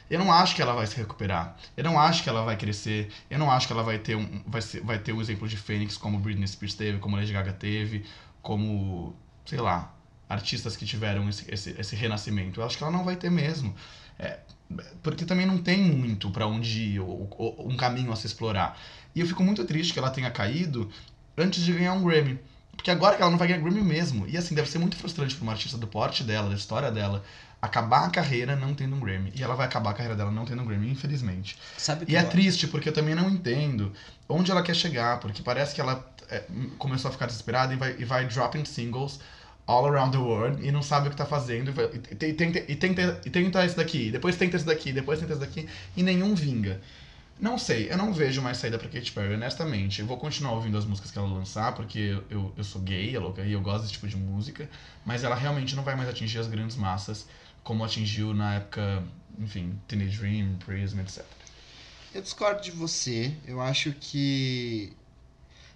Eu não acho que ela vai se recuperar. Eu não acho que ela vai crescer. Eu não acho que ela vai ter um, vai ser- vai ter um exemplo de Fênix como Britney Spears teve, como Lady Gaga teve, como, sei lá, artistas que tiveram esse, esse, esse renascimento. Eu acho que ela não vai ter mesmo. É, porque também não tem muito pra onde ir, ou- ou um caminho a se explorar. E eu fico muito triste que ela tenha caído antes de ganhar um Grammy. Porque agora que ela não vai ganhar Grammy mesmo. E assim, deve ser muito frustrante pra uma artista do porte dela, da história dela, acabar a carreira não tendo um Grammy. E ela vai acabar a carreira dela não tendo um Grammy, infelizmente.
Sabe o que
E é
eu-
triste, porque eu também não entendo onde ela quer chegar, porque parece que ela é, começou a ficar desesperada e vai, e vai dropping singles all around the world e não sabe o que tá fazendo. E, vai- e te- e tenta, e, tenta, e tenta esse daqui, depois tenta esse daqui, depois tenta esse daqui, e nenhum vinga. Não sei, eu não vejo mais saída pra Katy Perry, honestamente. Eu vou continuar ouvindo as músicas que ela lançar, porque eu, eu sou gay, é louca, e eu gosto desse tipo de música, mas ela realmente não vai mais atingir as grandes massas como atingiu na época, enfim, Teenage Dream, Prism, etc.
Eu discordo de você. Eu acho que.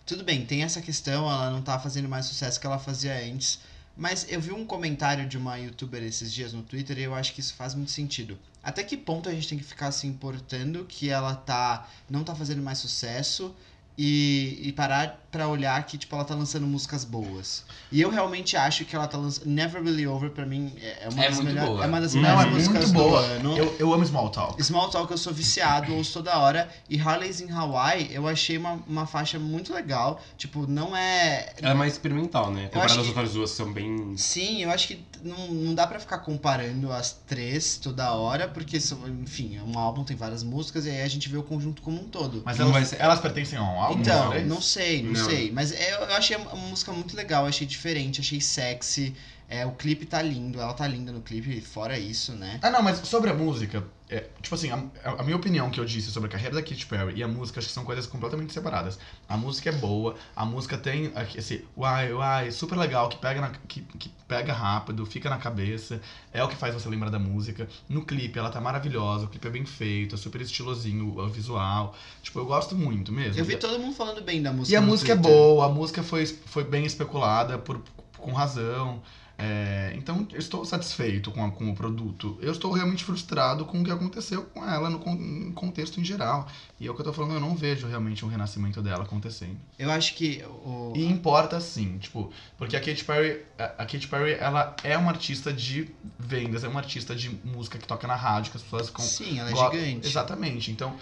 Tudo bem, tem essa questão, ela não tá fazendo mais sucesso que ela fazia antes. Mas eu vi um comentário de uma youtuber esses dias no Twitter e eu acho que isso faz muito sentido. Até que ponto a gente tem que ficar se importando que ela tá não tá fazendo mais sucesso e, e parar pra olhar que tipo ela tá lançando músicas boas. E eu realmente acho que ela tá lançando Never Really Over pra mim é é uma
É
das
muito
melhores,
boa.
é uma das
Não,
melhores
é
Uhum. muito
músicas
boa.
do ano.
Eu, eu amo Small Talk.
Small Talk eu sou viciado, ouço toda hora. E Harley's in Hawaii eu achei uma, uma faixa muito legal. Tipo, não é.
Ela é mais experimental, né?
acho
Comparado às
que-
outras duas, que são bem.
Sim, eu acho que não, não dá pra ficar comparando as três toda hora, porque, são- enfim, um álbum tem várias músicas e aí a gente vê o conjunto como um todo.
Mas
Não
elas,
vai ser-
elas pertencem a um álbum?
então,
talvez?
não sei, é, não,
Não.
sei. Mas eu, eu achei a música muito legal, achei diferente, achei sexy. É, o clipe tá lindo, ela tá linda no clipe, fora isso, né?
Ah, não, mas sobre a música, é, tipo assim, a, a- a minha opinião que eu disse sobre a carreira da Katy Perry e a música, acho que são coisas completamente separadas. A música é boa, a música tem aqui, esse uai, uai, super legal, que pega, na- que, que pega rápido, fica na cabeça, é o que faz você lembrar da música. No clipe, ela tá maravilhosa, o clipe é bem feito, é super estilosinho, o visual. Tipo, eu gosto muito mesmo.
Eu vi
E-
todo mundo falando bem da música.
e a
no
música é
Twitter.
boa, a música foi, foi bem especulada por, com razão. É, então eu estou satisfeito com, a- com o produto. Eu estou realmente frustrado com o que aconteceu com ela no, con- no contexto em geral. E é o que eu tô falando, eu não vejo realmente um renascimento dela acontecendo.
Eu acho que o.
E importa sim, tipo, porque a Katy Perry, a, a Katy Perry, ela é uma artista de vendas, é uma artista de música que toca na rádio, que as pessoas com,
Sim, ela é
Go-
gigante.
Exatamente. Então,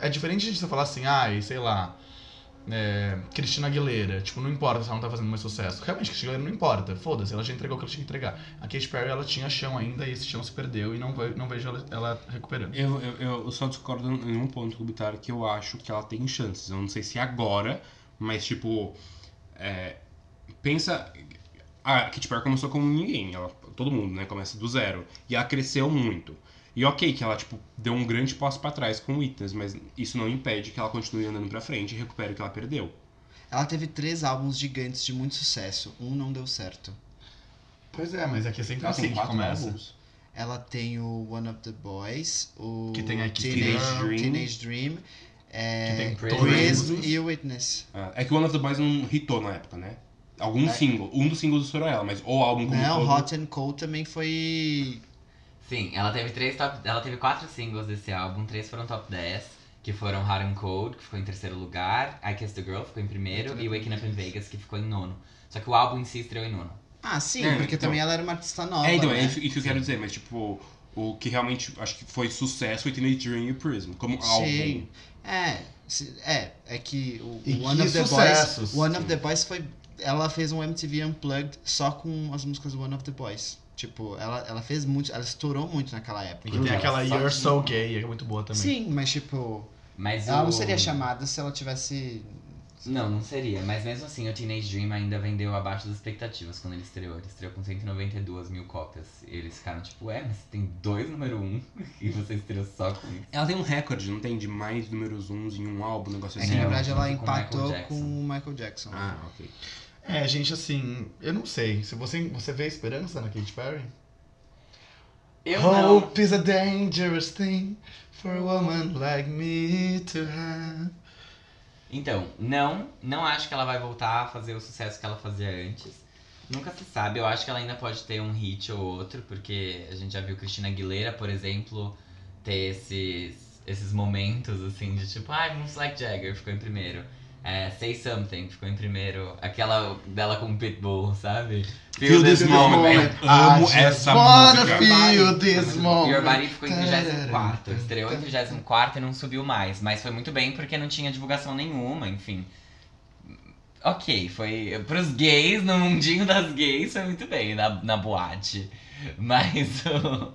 é diferente de você falar assim, ai, sei lá, é, Cristina Aguilera. Tipo, não importa se ela não tá fazendo mais sucesso. Realmente, Cristina Aguilera não importa. Foda-se, ela já entregou o que ela tinha que entregar. A Katy Perry, ela tinha chão ainda e esse chão se perdeu e não, ve- não vejo ela, ela recuperando.
Eu, eu, eu só discordo em um ponto com o Bitar que eu acho que ela tem chances. Eu não sei se agora, mas tipo. é, pensa. A Katy Perry começou como ninguém, ela, todo mundo, né? Começa do zero. E ela cresceu muito. E ok, que ela, tipo, deu um grande passo pra trás com o Witness, mas isso não impede que ela continue andando pra frente e recupere o que ela perdeu.
Ela teve três álbuns gigantes de muito sucesso. Um não deu certo.
Pois é, mas aqui é sempre
Ela tem
assim que
quatro
começa.
álbuns.
Ela tem o One of the Boys, o
Que tem a Kiss
Teenage
Teenage Dream.
Teenage Dream, é,
Que tem
Prism
Prism.
e o Witness.
Ah, É que One of the Boys não hitou na época, né? Algum single. Um dos singles estourou ela, mas o álbum como um
Não,
todo...
Né? Hot and Cold também foi.
Sim, ela teve três top. Ela teve quatro singles desse álbum, três foram top 10, que foram Hard and Cold, que ficou em terceiro lugar, I Kiss the Girl ficou em primeiro, e Waking Up in Vegas, que ficou em nono. Só que o álbum em si estreou em nono.
Ah, sim,
É,
porque
então.
também ela era uma artista nova.
É, então,
né?
é isso, isso que eu quero dizer, mas tipo, o que realmente acho que foi sucesso foi Teenage Dream e Prism, como álbum.
Sim. É, se- é, é que o,
E
o One
que
of the
sucessos.
Boys, o One of the Boys foi, ela fez um MTV Unplugged só com as músicas do One of the Boys. Tipo, ela, ela fez muito, ela estourou muito naquela
E
época.
que tem
Ela
aquela
só tinha-
You're So Gay, que é muito boa também.
Sim, mas tipo,
Mas
ela
o...
não seria chamada se ela tivesse é
Não, não seria. Mas mesmo assim, o Teenage Dream ainda vendeu abaixo das expectativas quando ele estreou. Ele estreou com 192 mil cópias. E eles ficaram tipo, ué, mas tem dois número um e você estreou só com isso.
Ela tem um recorde, não tem? De mais números uns em um álbum, um negócio
É que
assim.
na
Não,
verdade ela
junto com o Michael
empatou
Jackson.
com o Michael Jackson.
Ah, ok.
É, gente, assim, eu não sei. Se você, você vê esperança na Katy Perry?
Eu não.
Hope is a dangerous thing for a woman like me to have.
Então, não, não acho que ela vai voltar a fazer o sucesso que ela fazia antes. Nunca se sabe, eu acho que ela ainda pode ter um hit ou outro, porque a gente já viu Cristina Aguilera, por exemplo, ter esses, esses momentos assim de tipo, ai, Moves Like Jagger ficou em primeiro. É, Say Something ficou em primeiro. Aquela dela com o Pitbull, sabe?
Feel this moment. Eu amo
I
essa
just wanna
música.
Feel this
E
moment.
o Body ficou em 34. Estreou em 34 e não subiu mais. Mas foi muito bem porque não tinha divulgação nenhuma, enfim. Ok, foi. Pros gays, no mundinho das gays, foi muito bem na, na boate. Mas o-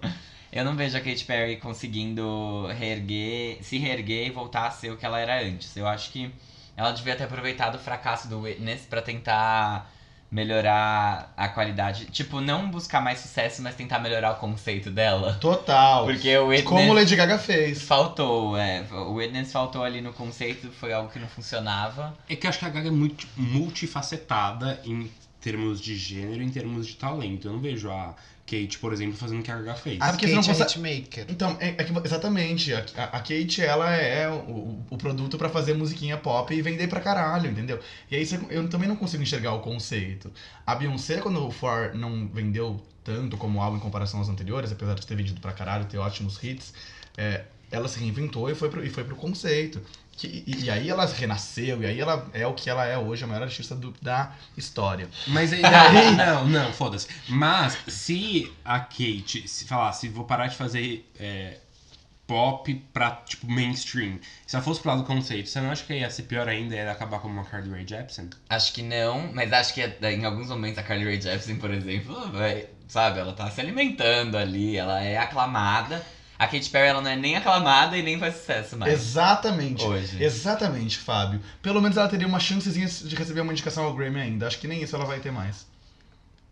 eu não vejo a Katy Perry conseguindo reerguer, se reerguer e voltar a ser o que ela era antes. Eu acho que ela devia ter aproveitado o fracasso do Witness pra tentar melhorar a qualidade. Tipo, não buscar mais sucesso, mas tentar melhorar o conceito dela.
Total.
Porque o Witness
Como Lady Gaga fez.
faltou, é. O Witness faltou ali no conceito, foi algo que não funcionava.
É que eu acho que a Gaga é muito multifacetada em termos de gênero, em termos de talento. Eu não vejo a Kate, por exemplo, fazendo o que a Gaga fez.
Ah,
A
porque
Kate
você não
é
consegue-
hitmaker.
Então, é, é que, exatamente. A, a- a Kate, ela é o- o, o produto pra fazer musiquinha pop e vender pra caralho, entendeu? E aí você- eu também não consigo enxergar o conceito. A Beyoncé, quando o For não vendeu tanto como álbum em comparação aos anteriores, apesar de ter vendido pra caralho, ter ótimos hits, é, ela se reinventou e foi pro, e foi pro conceito. Que- e, e aí ela renasceu, e aí ela é o que ela é hoje, a maior artista do- da história.
Mas aí, não, não, não, foda-se. Mas se a Kate se falasse, vou parar de fazer é, pop pra, tipo, mainstream, se ela fosse pro lado do conceito, você não acha que ia ser pior ainda e ia acabar como uma Carly Rae Jepsen?
Acho que não, mas acho que é- em alguns momentos a Carly Rae Jepsen, por exemplo, vai, sabe, ela tá se alimentando ali, ela é aclamada. A Katy Perry, ela não é nem aclamada e nem faz sucesso mais.
Exatamente.
Hoje.
Exatamente, Fábio. Pelo menos ela teria uma chancezinha de receber uma indicação ao Grammy ainda. Acho que nem isso ela vai ter mais.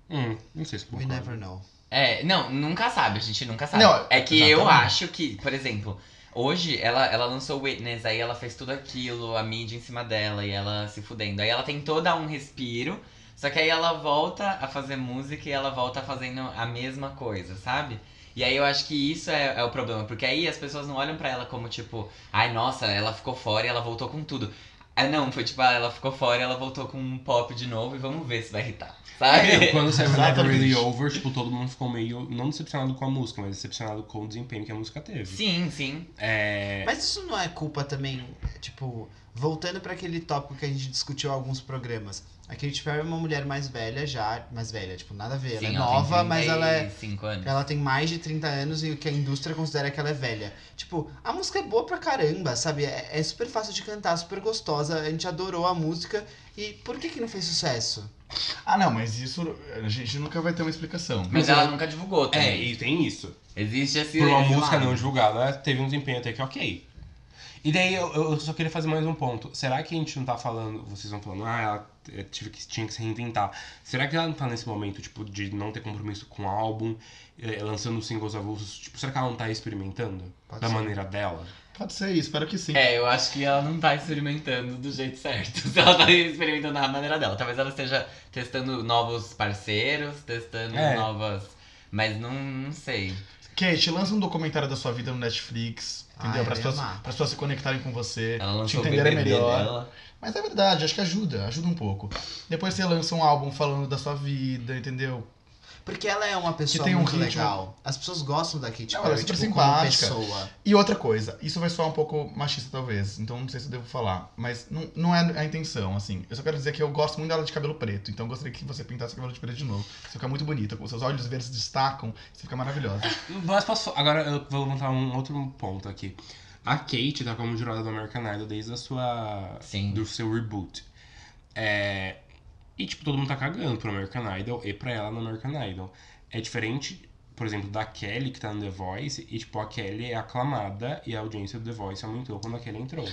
Hum, não sei se eu
We
concordo.
never know.
É, não, nunca sabe, a gente nunca sabe.
Não,
é que eu
exatamente.
acho que, por exemplo, hoje ela, ela lançou Witness, aí ela fez tudo aquilo, a mídia em cima dela e ela se fudendo. Aí ela tentou dar um respiro, só que aí ela volta a fazer música e ela volta fazendo a mesma coisa, sabe? E aí eu acho que isso é, é o problema, porque aí as pessoas não olham pra ela como tipo, ai nossa, ela ficou fora e ela voltou com tudo. Ah, não, foi tipo, ah, ela ficou fora e ela voltou com um pop de novo e vamos ver se vai irritar,
É,
sabe?
quando saiu Never
Exatamente.
Really Over, tipo, todo mundo ficou meio, não decepcionado com a música, mas decepcionado com o desempenho que a música teve.
Sim, sim.
É...
Mas isso não é culpa também, tipo, voltando pra aquele tópico que a gente discutiu em alguns programas. A Katy Perry é uma mulher mais velha já, mais velha, tipo, nada a ver, ela é nova, mas ela é
anos.
Ela tem mais de 30 anos e o que a indústria considera que ela é velha. Tipo, a música é boa pra caramba, sabe? É, é super fácil de cantar, super gostosa. A gente adorou a música. E por que que não fez sucesso?
Ah, não, mas isso a gente nunca vai ter uma explicação.
Mas ela nunca divulgou
É,
também.
e tem isso.
Existe esse.
Por uma
esse
música
lado.
não divulgada, teve um desempenho até que ok. E daí eu, eu só queria fazer mais um ponto. Será que a gente não tá falando, vocês vão falando, ah, ela eh, tive que, tinha que se reinventar. Será que ela não tá nesse momento, tipo, de não ter compromisso com o álbum, eh, lançando singles avulsos? Tipo, será que ela não tá experimentando
Pode
da
ser.
maneira dela?
Pode ser, espero que sim.
É, eu acho que ela não tá experimentando do jeito certo. Se ela tá experimentando da maneira dela. Talvez ela esteja testando novos parceiros, testando
É.
novas. Mas não, não sei.
Kate, lança um documentário da sua vida no Netflix,
Ah,
entendeu?
eu
Para as
ia
pessoas,
amar.
pras pessoas se conectarem com você,
Ela
te
lançou o
entenderem
BBB
melhor.
dela.
Mas é verdade, acho que ajuda, ajuda um pouco. Depois você lança um álbum falando da sua vida, entendeu?
Porque ela é uma pessoa
Que tem um
muito
ritmo.
legal. As pessoas gostam da Katy
Não,
Perry,
ela é super
tipo,
simpática.
como pessoa.
E outra coisa, isso vai soar um pouco machista talvez, então não sei se eu devo falar, mas não, não é a intenção, assim. Eu só quero dizer que eu gosto muito dela de cabelo preto, então eu gostaria que você pintasse o cabelo de preto de novo. Você fica muito bonita, com seus olhos verdes destacam, você fica maravilhosa.
Mas posso, agora eu vou levantar um outro ponto aqui. A Kate tá como jurada do American Idol desde a sua.
Sim.
do seu reboot. É, e, tipo, todo mundo tá cagando pro American Idol e pra ela no American Idol. É diferente, por exemplo, da Kelly que tá no The Voice e, tipo, a Kelly é aclamada e a audiência do The Voice aumentou quando a Kelly entrou.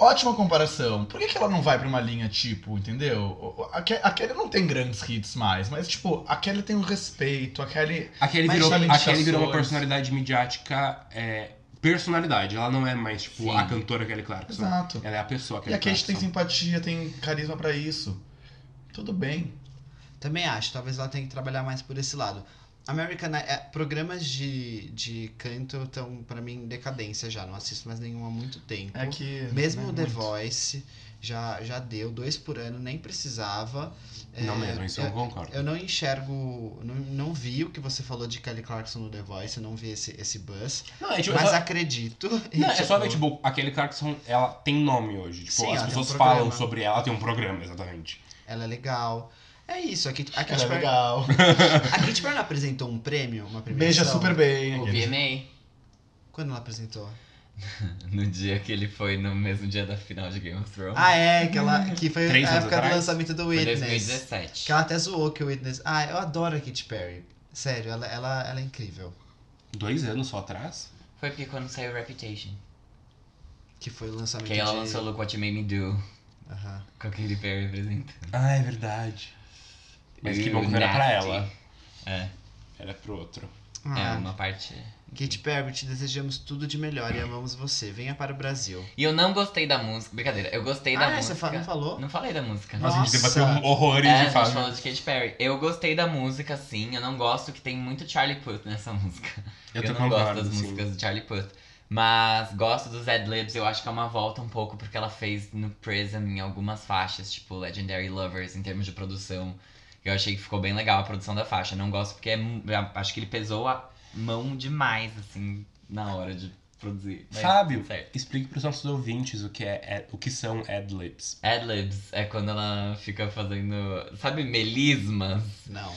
Ótima comparação. Por que, que ela não vai pra uma linha tipo, entendeu? O- o- A Ke- a Kelly não tem grandes hits mais, mas tipo, a Kelly tem um respeito, a Kelly.
A Kelly,
Mas
virou,
sabe,
a Kelly virou uma
pessoas-
personalidade midiática. é, personalidade. Ela não é mais, tipo,
Sim.
a cantora Kelly Clarkson.
Exato.
Ela é a pessoa
E
Kelly
a Kate tem
Clarkson.
simpatia, tem carisma pra isso. Tudo bem.
Também acho, talvez ela tenha que trabalhar mais por esse lado. American I- é, programas de, de canto estão, pra mim, em decadência já. Não assisto mais nenhum há muito tempo.
É que.
Mesmo
né,
o The
muito.
Voice já, já deu dois por ano, nem precisava.
Não
É,
mesmo, isso um- eu não concordo.
eu não enxergo, não, não vi o que você falou de Kelly Clarkson no The Voice, eu não vi esse, esse buzz,
Não, é, tipo,
mas
é só-
acredito. e,
Não, é só ver,
tipo,
tipo, a Kelly Clarkson, ela tem nome hoje. Tipo, as
Sim, ela tem um
pessoas
programa.
falam sobre ela, tem um programa, exatamente.
Ela é legal. É isso, a Kit- a
Ela
Katy
é
Perry
legal.
a Katy Perry não apresentou um prêmio, uma
Beija
premiação?
super bem.
O
aquele.
VMA.
Quando ela apresentou?
No dia que ele foi, no mesmo dia da final de Game of Thrones.
Ah, é, que, ela, que foi
Três
a
anos
época do
atrás?
lançamento do
Foi
Witness.
2017.
Que ela até zoou que o Witness... Ah, eu adoro a Katy Perry. Sério, ela, ela, ela é incrível.
Dois anos só atrás?
Foi porque quando saiu Reputation.
Que foi o lançamento
Que aí ela
de...
lançou Look What You Made Me Do.
Aham.
Com a Katy Perry apresentando.
Ah, é verdade. Mas que
Uh,
bom que não era pra
nasty.
ela.
É,
Era pro outro.
Ah,
é uma parte.
Katy Perry, te desejamos tudo de melhor e amamos você. Venha para o Brasil.
E eu não gostei da música. Brincadeira, eu gostei da
ah, é?
música.
você fa- não falou?
Não falei da música.
Nossa, a gente
Nossa.
debateu horrores
é, a
de
gente
fato.
falou de Katy Perry. Eu gostei da música, sim. Eu não gosto que tem muito Charlie Puth nessa música.
Eu tô assim.
não gosto
concordando,
das
sim.
músicas do Charlie Puth. Mas gosto dos ad-libs. Eu acho que é uma volta um pouco porque ela fez no Prism em algumas faixas, tipo Legendary Lovers, em termos de produção. Eu achei que ficou bem legal a produção da faixa. Não gosto porque é mu- eu acho que ele pesou a mão demais, assim, na hora de produzir. Mas,
Fábio,
certo.
explique pros nossos ouvintes o que, é, o que são ad-libs.
Adlibs é quando ela fica fazendo. Sabe, melismas?
Não.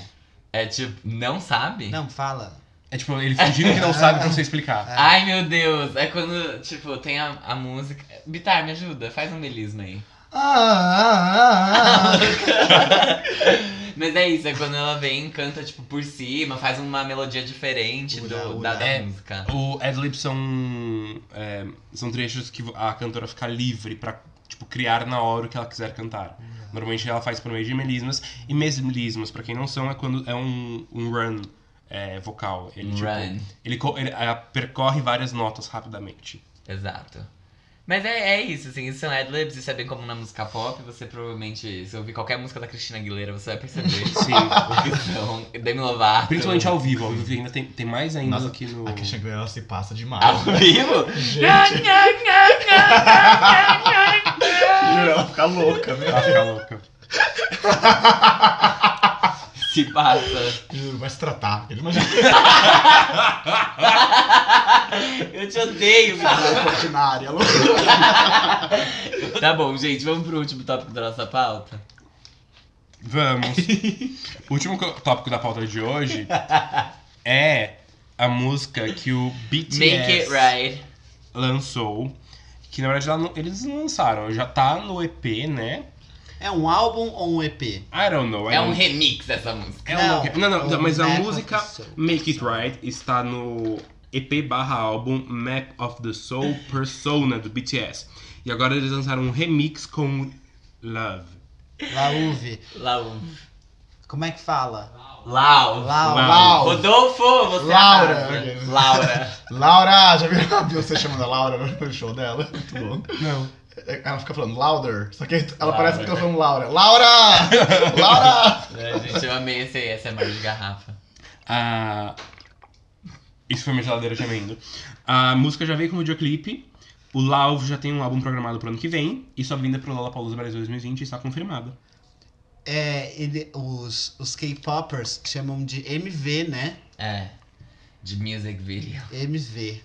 É tipo, não sabe?
Não, fala.
É tipo, ele fingindo que não sabe pra você explicar.
Ai meu Deus! É quando, tipo, tem a, a música. Bitar, me ajuda, faz um melisma aí.
Ah, ah, ah, ah.
Mas é isso, é quando ela vem, canta, tipo, por cima, faz uma melodia diferente
Ura,
do,
ura.
da, da
É.
música.
O ad-lib são, é, são trechos que a cantora fica livre pra tipo, criar na hora o que ela quiser cantar. Normalmente ela faz por meio de melismas. E mesmelismas, pra quem não são, é quando é um, um run é, vocal. Ele, tipo,
Um Run.
ele, co- ele, é, percorre várias notas rapidamente.
Exato. Mas é, é isso, assim, são adlibs, isso é bem comum na música pop. Você provavelmente, se ouvir qualquer música da Cristina Aguilera, você vai perceber.
Sim.
Então, Demi Lovato.
Principalmente ao vivo. Ao vivo ainda tem, tem mais ainda
Nossa,
do que no.
A é Christian Grey, ela se passa demais.
Ao vivo?
Gente, juro, ela fica louca, né?
Ela fica louca.
Se passa.
Juro, vai se tratar. Ele imagina
Eu te odeio, cara.
ordinária, louca.
Tá bom, gente, vamos pro último tópico da nossa pauta.
Vamos. o último co- tópico da pauta de hoje é a música que o BTS
Make it right.
lançou. Que na verdade ela não- eles não lançaram, já tá no EP, né?
É um álbum ou um EP?
I don't know. I
É um
don't-
remix essa música.
é um- não, não, não, mas a
Map of
música
the Soul.
Make It Right está no EP barra álbum Map of the Soul Persona do BTS. E agora eles lançaram um remix com Love.
Lauve.
Lau.
Como é que fala?
um.
Lau.
Lau.
Lau.
Rodolfo, você é
Laura.
arrasa. Laura.
Laura, já viu a Beyoncé chamando a Laura no show dela? Muito bom.
Não.
Ela fica falando louder, só que ela
Laura.
parece que tá falando Laura. Laura! Laura!
É, gente, eu amei esse, essa é mais de garrafa.
A... Ah, Isso foi minha geladeira gemendo. A música já veio como videoclipe. O Lauv já tem um álbum programado pro ano que vem. E sua vinda pro Lollapalooza Brasil 2020 está confirmada.
É, ele- os os K-popers chamam de MV, né?
É. De music video.
MV.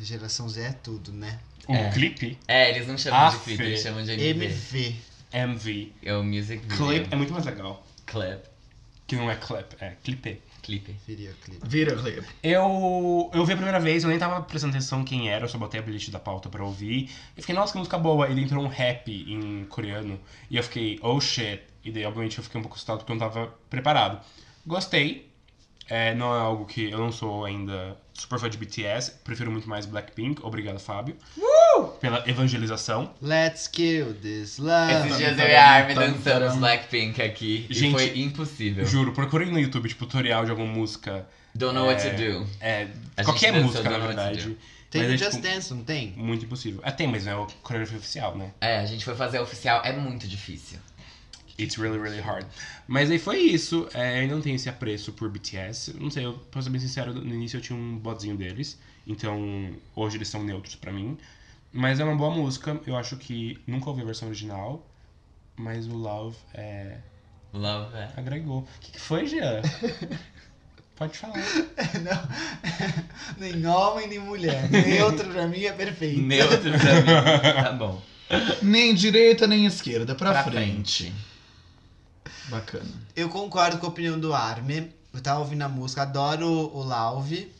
Geração Z é tudo, né?
O
É.
Um clipe,
É, eles não chamam de
Aff.
clipe, eles chamam de MV.
MV.
MV,
É o music video.
clip, é muito mais legal.
Clip.
Que não é clip, é clipe.
Clipe.
Videoclipe.
Videoclip.
Eu, eu vi a primeira vez, eu nem tava prestando atenção quem era, eu só botei a playlist da pauta pra ouvir. E fiquei, nossa, que música boa. Ele entrou um rap em coreano. E eu fiquei, oh shit. E daí, obviamente, eu fiquei um pouco assustado porque eu não tava preparado. Gostei. É, não é algo que eu não sou ainda super fã de BTS. Prefiro muito mais Blackpink. Obrigado, Fábio.
Uh!
Pela evangelização.
Let's kill this love.
Esses dias eu e
tam,
a Armin
tam,
dançamos
tam.
Blackpink aqui. e
Gente,
foi impossível.
Juro, procurem no YouTube, tipo, tutorial de alguma música.
Don't know what to do.
É,
A gente
qualquer
dançou
música, na
Don't Know What to
verdade.
Tem
Mas
no
é,
Just
tipo,
Dance, não tem?
Muito impossível. Ah, tem, mas não é o coreografia oficial, né?
É, a gente foi fazer oficial, é muito difícil.
It's really, really hard. Mas aí foi isso. É, eu ainda não tenho esse apreço por BTS. Não sei, eu pra ser bem sincero, no início eu tinha um bodzinho deles. Então, hoje eles são neutros pra mim. Mas é uma boa música. Eu acho que nunca ouvi a versão original. Mas o Love é,
Love é.
agregou. O que, que foi, Jean? Pode falar.
não. nem homem, nem mulher. Nem outro pra mim é perfeito.
Neutro pra mim. Tá bom.
Nem direita, nem esquerda, pra,
Pra
frente. Bacana.
Eu concordo com a opinião do Arme. Eu tava ouvindo a música, adoro o Lauve.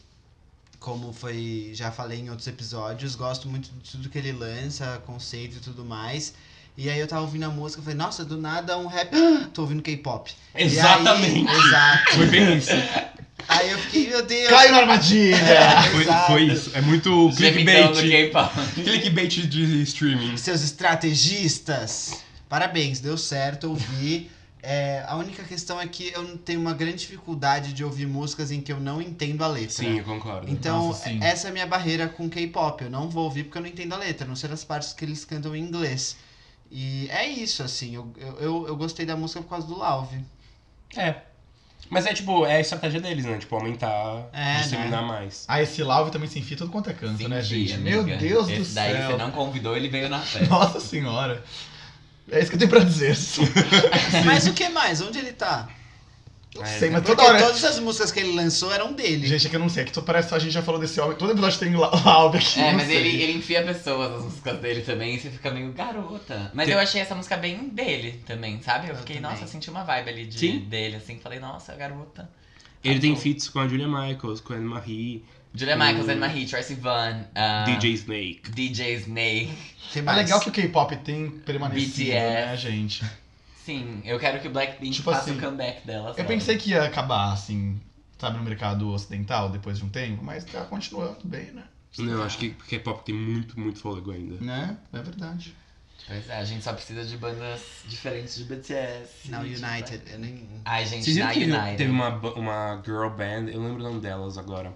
Como foi, já falei em outros episódios, gosto muito de tudo que ele lança, conceito e tudo mais. E aí eu tava ouvindo a música, falei, nossa, do nada um rap. Tô ouvindo K-pop. E aí-
Exatamente.
exato.
Foi bem isso.
Aí eu fiquei, meu Deus. É,
Caiu na armadilha!
Foi,
exato.
foi isso. É muito
Gemidão do
clickbait.
K-pop.
Clickbait de streaming.
Seus estrategistas, parabéns, deu certo, ouvi. É, a única questão é que eu tenho uma grande dificuldade de ouvir músicas em que eu não entendo a letra.
Sim, eu concordo.
Então,
Nossa, sim.
essa é a minha barreira com K-pop. Eu não vou ouvir porque eu não entendo a letra, a não ser as partes que eles cantam em inglês. E é isso, assim. Eu, eu- eu, eu gostei da música por causa do Lauve.
É. Mas é tipo, é a estratégia deles, né? Tipo, aumentar,
É,
disseminar mais.
Ah, esse Lauve também se enfia tudo quanto é canto,
Sim,
né, gente?
amiga.
Meu Deus do
Esse daí
céu.
você não convidou, ele veio na festa.
Nossa senhora. É isso que eu tenho pra dizer.
Mas o que mais? Onde ele tá?
Não
É,
sei, mas
Porque
toda hora.
né?
todas as músicas que ele lançou eram dele.
Gente, é que eu não sei. É que tu parece que a gente já falou desse homem. Todo episódio tem Lau- Lauve aqui.
É,
não
mas
sei.
ele, ele enfia pessoas nas músicas dele também e você fica meio garota. Mas
Tem-
eu achei essa música bem dele também, sabe? Eu,
Eu
fiquei,
também.
nossa, senti uma vibe ali de,
Sim.
dele, assim. Falei, nossa, garota.
Ele
Ah,
tem
bom.
feats com a Julia Michaels, com a Anne Marie,
Julia Michaels, Anne Marie, Tracy Van, ah,
DJ Snake.
DJ Snake.
Que
É
mais?
legal que o K-pop tem permanecido,
BTS.
né, gente?
Sim, eu quero que o Blackpink
Tipo
faça
assim,
o comeback dela.
Eu
sabe?
pensei que ia acabar, assim, sabe, no mercado ocidental depois de um tempo, mas tá continuando bem, né?
Não, acho que K-pop tem muito, muito fôlego ainda.
Né? É verdade.
Pois é, a gente só precisa de bandas diferentes de BTS.
Não,
e de
United. Eu nem...
Ai, gente,
Vocês viram
na
que
United.
teve uma, ba- uma girl band, eu não lembro o nome delas agora,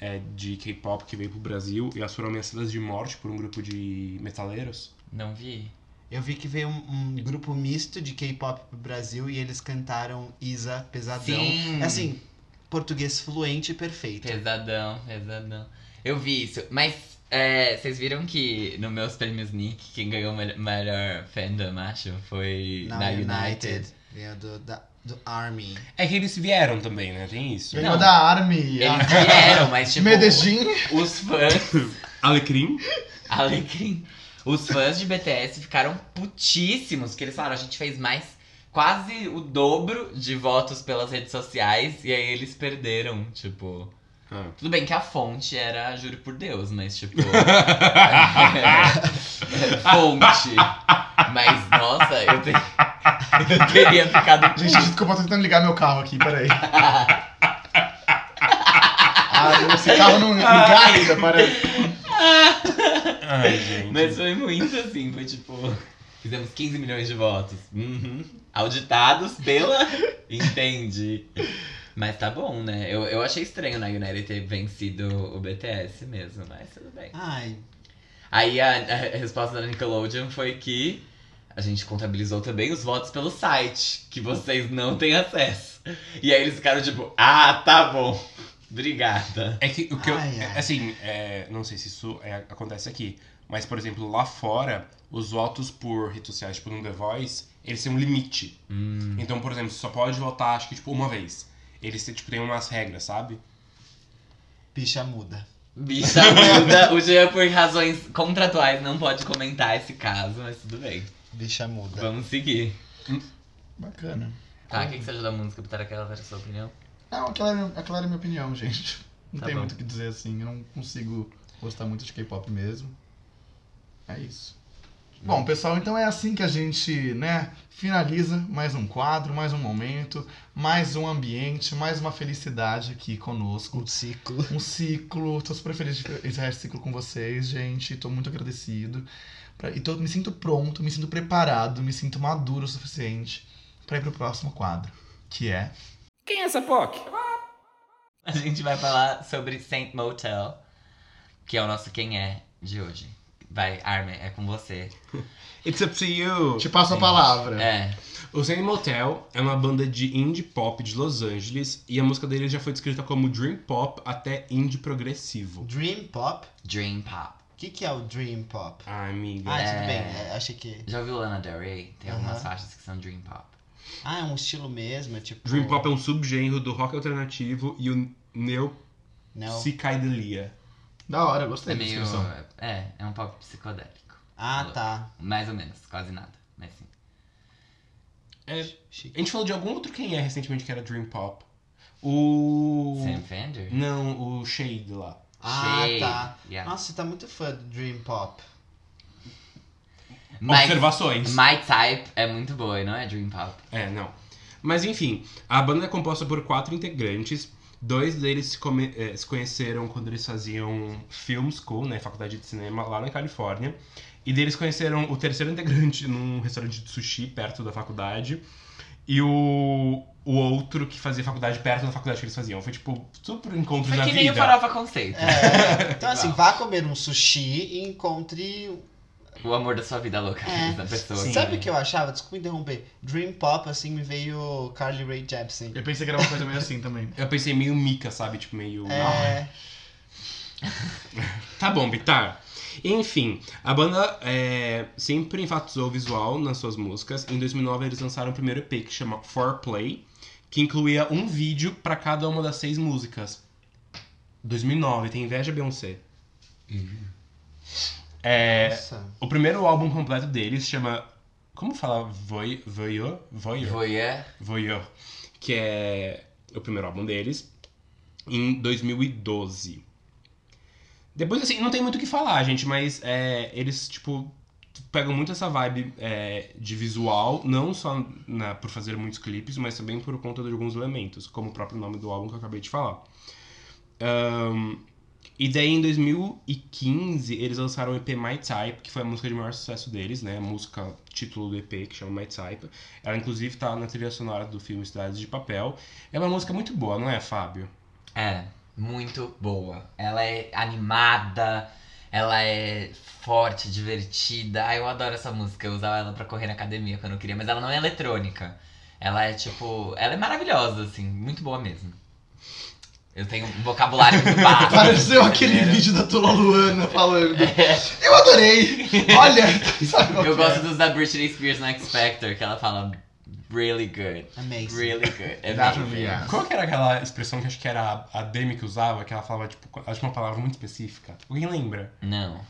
é de K-pop que veio pro Brasil e elas foram ameaçadas de morte por um grupo de metaleiros?
Não vi.
Eu vi que veio um, um grupo misto de K-pop pro Brasil e eles cantaram Isa Pesadão.
Sim.
Assim, português fluente e perfeito.
Pesadão, pesadão. Eu vi isso, mas é, vocês viram que no meus prêmios Nick, quem ganhou o mel- melhor fandom, acho, foi
Não,
na United.
United. Veio do, da- do Army.
É que eles vieram também, né? Tem isso.
Ganhou
Não.
é da Army.
Eles
a-
vieram, mas tipo,
Medellín.
os fãs,
Alecrim?
alecrim, os fãs de BTS ficaram putíssimos, que eles falaram, a gente fez mais, quase o dobro de votos pelas redes sociais, e aí eles perderam, tipo...
Ah.
Tudo bem que a fonte era, juro por Deus, mas tipo. fonte. Mas, nossa, eu, te- eu teria ficado.
Gente, desculpa, eu tô tentando ligar meu carro aqui, peraí. Ah, esse carro não ligar ainda, parece.
Ai, gente.
Mas foi muito assim, foi tipo. Fizemos 15 milhões de votos. Uhum. Auditados pela. Entendi. Mas tá bom, né? Eu, eu achei estranho na United ter vencido o BTS mesmo, mas tudo bem.
Ai,
Aí a, a resposta da Nickelodeon foi que a gente contabilizou também os votos pelo site, que vocês não têm acesso. E aí eles ficaram tipo, ah, tá bom. Obrigada.
É que o que eu.
Ai, ai.
é, Assim, é, não sei se isso é- acontece aqui, mas, por exemplo, lá fora, os votos por redes sociais, tipo no The Voice, eles têm um limite.
Hum,
Então, por exemplo, você só pode votar, acho que, tipo, uma vez. Eles tipo, têm umas regras, sabe?
picha muda.
bicha muda. O Jean, por razões contratuais, não pode comentar esse caso, mas tudo bem.
Bicha muda.
Vamos seguir.
Bacana.
Tá, o que, que você ajuda a música pra aquela era a sua opinião?
Não, aquela era, aquela era a minha opinião, gente. Não
Tá
tem
bom.
muito o que dizer assim. Eu não consigo gostar muito de K-pop mesmo. É isso. Bom, pessoal, então é assim que a gente, né, finaliza mais um quadro, mais um momento, mais um ambiente, mais uma felicidade aqui conosco.
Um ciclo.
Um ciclo, tô super feliz de encerrar esse ciclo com vocês, gente. Tô muito agradecido. Pra- e tô, me sinto pronto, me sinto preparado, me sinto maduro o suficiente pra ir pro próximo quadro, que é
Quem é essa POC?
A gente vai falar sobre Saint Motel, que é o nosso Quem É de hoje. Vai, Armin, é com você.
It's up to you!
Te passo a palavra.
É.
Tipo, O Zen Motel é uma banda de indie pop de Los Angeles e a música deles já foi descrita como dream pop até indie progressivo.
Dream Pop?
Dream Pop.
O que, que é o Dream Pop?
Ah, amiga.
Ah,
É.
tudo bem. é, achei que.
Já ouviu Lana Del Rey? Tem algumas
Aham.
faixas que são Dream Pop.
Ah, é um estilo mesmo, é tipo.
Dream pop é um subgênero do rock alternativo e o
Não.
neopsicadelia.
Da hora, gostei
É
da
meio.
descrição.
É, é um pop psicodélico.
Ah, tá.
Mais ou menos, quase nada. Mas sim. É.
A gente falou de algum outro quem é recentemente que era dream pop. O
Sam Fender?
não, o Shade lá.
Ah, tá.
Yeah.
Nossa, você tá muito fã do Dream Pop.
Mas
Observações.
My Type é muito boa e não é Dream Pop.
É, não. Mas enfim, a banda é composta por quatro integrantes. Dois deles se, come- eh, se conheceram quando eles faziam film school, né, faculdade de cinema, lá na Califórnia. E deles conheceram o terceiro integrante num restaurante de sushi perto da faculdade. E o, o outro que fazia faculdade perto da faculdade que eles faziam. Foi tipo, super encontros
Foi
da
É que
vida.
nem o Farofa Conceito.
É, então, assim,
Igual.
vá comer um sushi e encontre
O amor da sua vida louca
É.
da pessoa.
Sim.
Sabe o que eu achava? Desculpa interromper. Dream Pop, assim, me veio Carly Rae Jepsen.
Eu pensei que era uma coisa meio assim também.
Eu pensei meio mica, sabe? Tipo, meio.
É,
Tá bom, Bitar. Enfim, a banda é, sempre enfatizou o visual nas suas músicas. Em 2009, eles lançaram o primeiro EP que chama Foreplay, que incluía um vídeo pra cada uma das seis músicas. 2009, tem inveja, Beyoncé. É,
nossa.
o primeiro álbum completo deles chama... Como fala? Voy- Voyeur? Voyeur?
Foi é.
Voyeur. Que é o primeiro álbum deles, em 2012. Depois, assim, não tem muito o que falar, gente, mas é, eles, tipo, pegam muito essa vibe é, de visual, não só na- por fazer muitos clipes, mas também por conta de alguns elementos, como o próprio nome do álbum que eu acabei de falar. Ahn, e daí em 2015 eles lançaram o EP My Type, que foi a música de maior sucesso deles, né? A música título do EP que chama My Type. Ela inclusive tá na trilha sonora do filme Cidades de Papel. É uma música muito boa, não é, Fábio?
É, muito boa. Ela é animada, ela é forte, divertida. Ai, eu adoro essa música. Eu usava ela pra correr na academia quando eu queria, mas ela não é eletrônica. Ela é tipo. Ela é maravilhosa, assim, muito boa mesmo. Eu tenho um vocabulário muito baixo.
Pareceu aquele vídeo da Tula Luana falando. Eu adorei! Olha, sabe qual
É. Eu
que é?
gosto dos da Britney Spears no X Factor, que ela fala really good.
Amazing.
Really good. É
Dá pra
bem-
ver.
Qual que era aquela expressão que acho que era a Demi que usava, que ela falava, tipo, acho que uma palavra muito específica. Alguém lembra?
Não.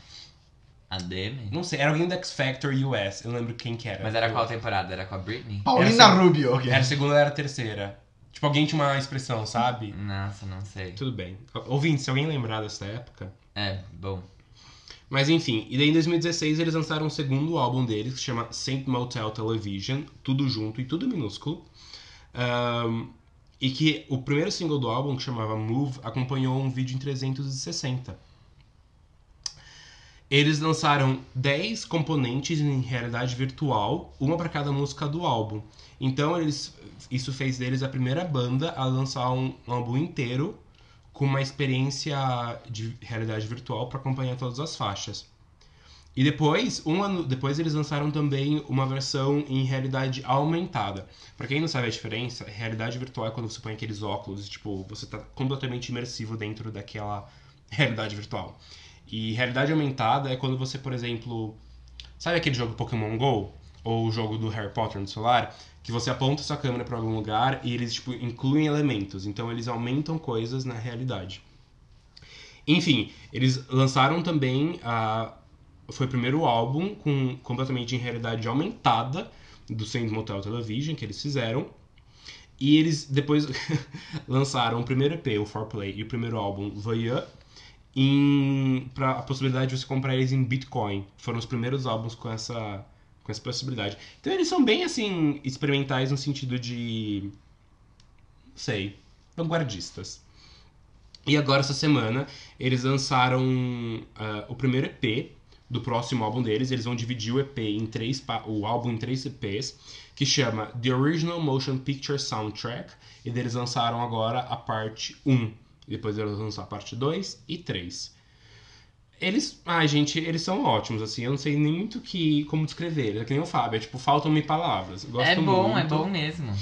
A Demi?
Não sei, era alguém do X Factor US, eu não lembro quem que
É.
era.
Mas era
Eu-
qual temporada? Era assim. com a Britney?
Paulina
Essa-
Rubio. ok.
Era a segunda ou era a terceira. Tipo, alguém tinha uma expressão, sabe?
Nossa, não sei.
Tudo bem. Ouvindo, se alguém lembrar dessa época.
É, bom.
Mas enfim, e daí em 2016 eles lançaram o segundo álbum deles, que chama Saint Motel Television, tudo junto e tudo minúsculo. Ahn, e que o primeiro single do álbum, que chamava Move, acompanhou um vídeo em 360. Eles lançaram 10 componentes em realidade virtual, uma para cada música do álbum. Então eles isso fez deles a primeira banda a lançar um álbum inteiro com uma experiência de realidade virtual para acompanhar todas as faixas. E depois, um ano depois, eles lançaram também uma versão em realidade aumentada. Para quem não sabe a diferença, realidade virtual é quando você põe aqueles óculos, tipo, você tá completamente imersivo dentro daquela realidade virtual. E realidade aumentada é quando você, por exemplo, sabe aquele jogo Pokémon Go ou o jogo do Harry Potter no celular, que você aponta sua câmera para algum lugar e eles tipo, incluem elementos, então eles aumentam coisas na realidade. Enfim, eles lançaram também a foi o primeiro álbum com completamente em realidade aumentada do Saint Motel Television que eles fizeram. E eles depois lançaram o primeiro EP, o Foreplay, e o primeiro álbum, Voyeur, em para a possibilidade de você comprar eles em Bitcoin. Foram os primeiros álbuns com essa com essa possibilidade. Então eles são bem assim experimentais no sentido de não sei, vanguardistas. E agora essa semana eles lançaram ah, o primeiro EP do próximo álbum deles. Eles vão dividir o EP em três pa- o álbum em três EPs que chama The Original Motion Picture Soundtrack e eles lançaram agora a parte 1. E Depois eles vão lançar a parte 2 e 3. Eles, ai gente, eles são ótimos, assim, eu não sei nem muito que, como descrever, é que nem o Fábio, é tipo, faltam-me palavras. Gosto
é bom, é
muito.
bom mesmo.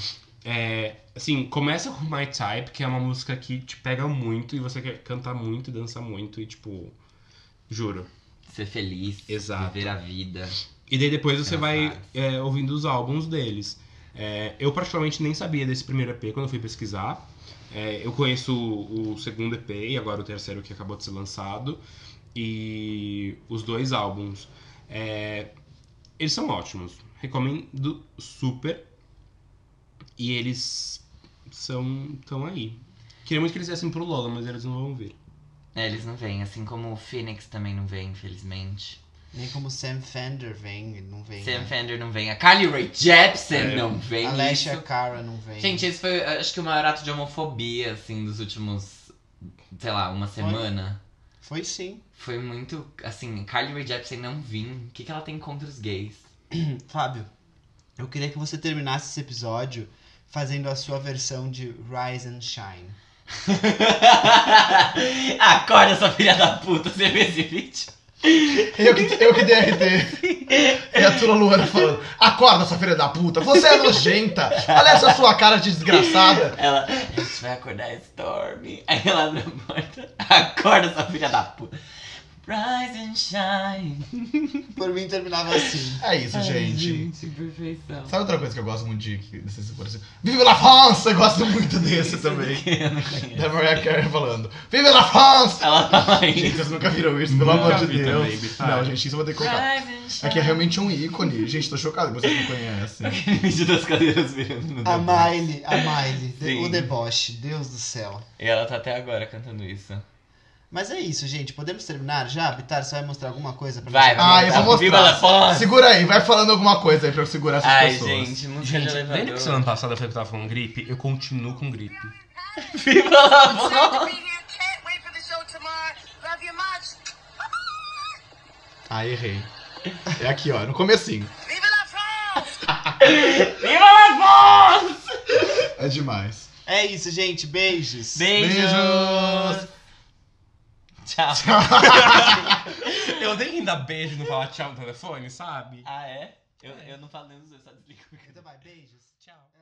É, assim, começa com My Type, que é uma música que te pega muito e você quer cantar muito, e dançar muito e tipo, juro.
Ser feliz,
Exato.
viver a vida.
E daí depois você
Tem as
vai
várias.
é, ouvindo os álbuns deles. É, eu particularmente nem sabia desse primeiro EP quando eu fui pesquisar. É, eu conheço o, o segundo EP e agora o terceiro que acabou de ser lançado. E os dois álbuns. É, eles são ótimos. Recomendo super. E eles são tão aí. Queria muito que eles viessem pro Lola, mas eles não vão vir.
É, eles não vêm, assim como o Phoenix também não vem, infelizmente.
Nem como Sam Fender vem, não vem.
Sam
né?
Fender não vem, a Carly Rae Jepsen
É.
não vem.
Alessia
isso.
Cara não vem.
Gente, esse foi, acho que o maior ato de homofobia, assim, dos últimos, sei lá, uma semana.
Foi sim.
Foi muito, assim, Carly Rae Jepsen não vir. O que, que ela tem contra os gays?
Fábio, eu queria que você terminasse esse episódio fazendo a sua versão de Rise and Shine.
Acorda, sua filha da puta, você viu esse vídeo?
Eu que, eu que dei RT. E a Tula Luana falando: Acorda, sua filha da puta, você é nojenta. Olha essa sua cara de desgraçada.
Ela, a gente vai acordar Stormy. Aí ela abre a porta, acorda, sua filha da puta. Rise and shine.
Por mim terminava assim.
É isso, gente.
Ai, gente, perfeição.
Sabe outra coisa que eu gosto muito de. que- Não sei se for assim. Vive la France! Eu gosto muito desse também.
Eu não conheço.
Da Mariah Carey falando: Vive la France!
Ela tá fala
Gente,
isso.
vocês nunca viram isso, pelo
Nunca
amor de
vi
Deus.
também, Bitar.
Não, gente, isso eu vou ter que contar.
Rise and
É
shine.
que é realmente um ícone. Gente, tô chocado que vocês não conhecem.
Aquele vídeo das cadeiras virando no
A
dedo.
Miley, a Miley, de-
Sim.
o deboche, Deus do céu.
E ela tá até agora cantando isso.
Mas é isso, gente. Podemos terminar já? Bitar, você vai mostrar alguma coisa pra
Vai,
gente?
Ah,
vai.
eu vou mostrar.
Viva La Fonte!
Segura aí, vai falando alguma coisa aí pra eu segurar essas
Ai,
pessoas.
gente, música
Gente,
de
lembra
elevador.
que semana passada eu falei que eu tava com gripe? Eu continuo com gripe.
Viva La Fonte!
Can't wait for the show tomorrow. Love you much.
Ah, errei. É aqui, ó, no comecinho.
Vive la France!
Viva La Fonte!
É demais.
É isso, gente. Beijos.
Beijos! Tchau.
Eu tenho que dar beijo e não falar tchau no telefone, sabe?
Ah, é? Eu, eu não falo nem os dois, só desligo.
Então vai, beijos.
Tchau.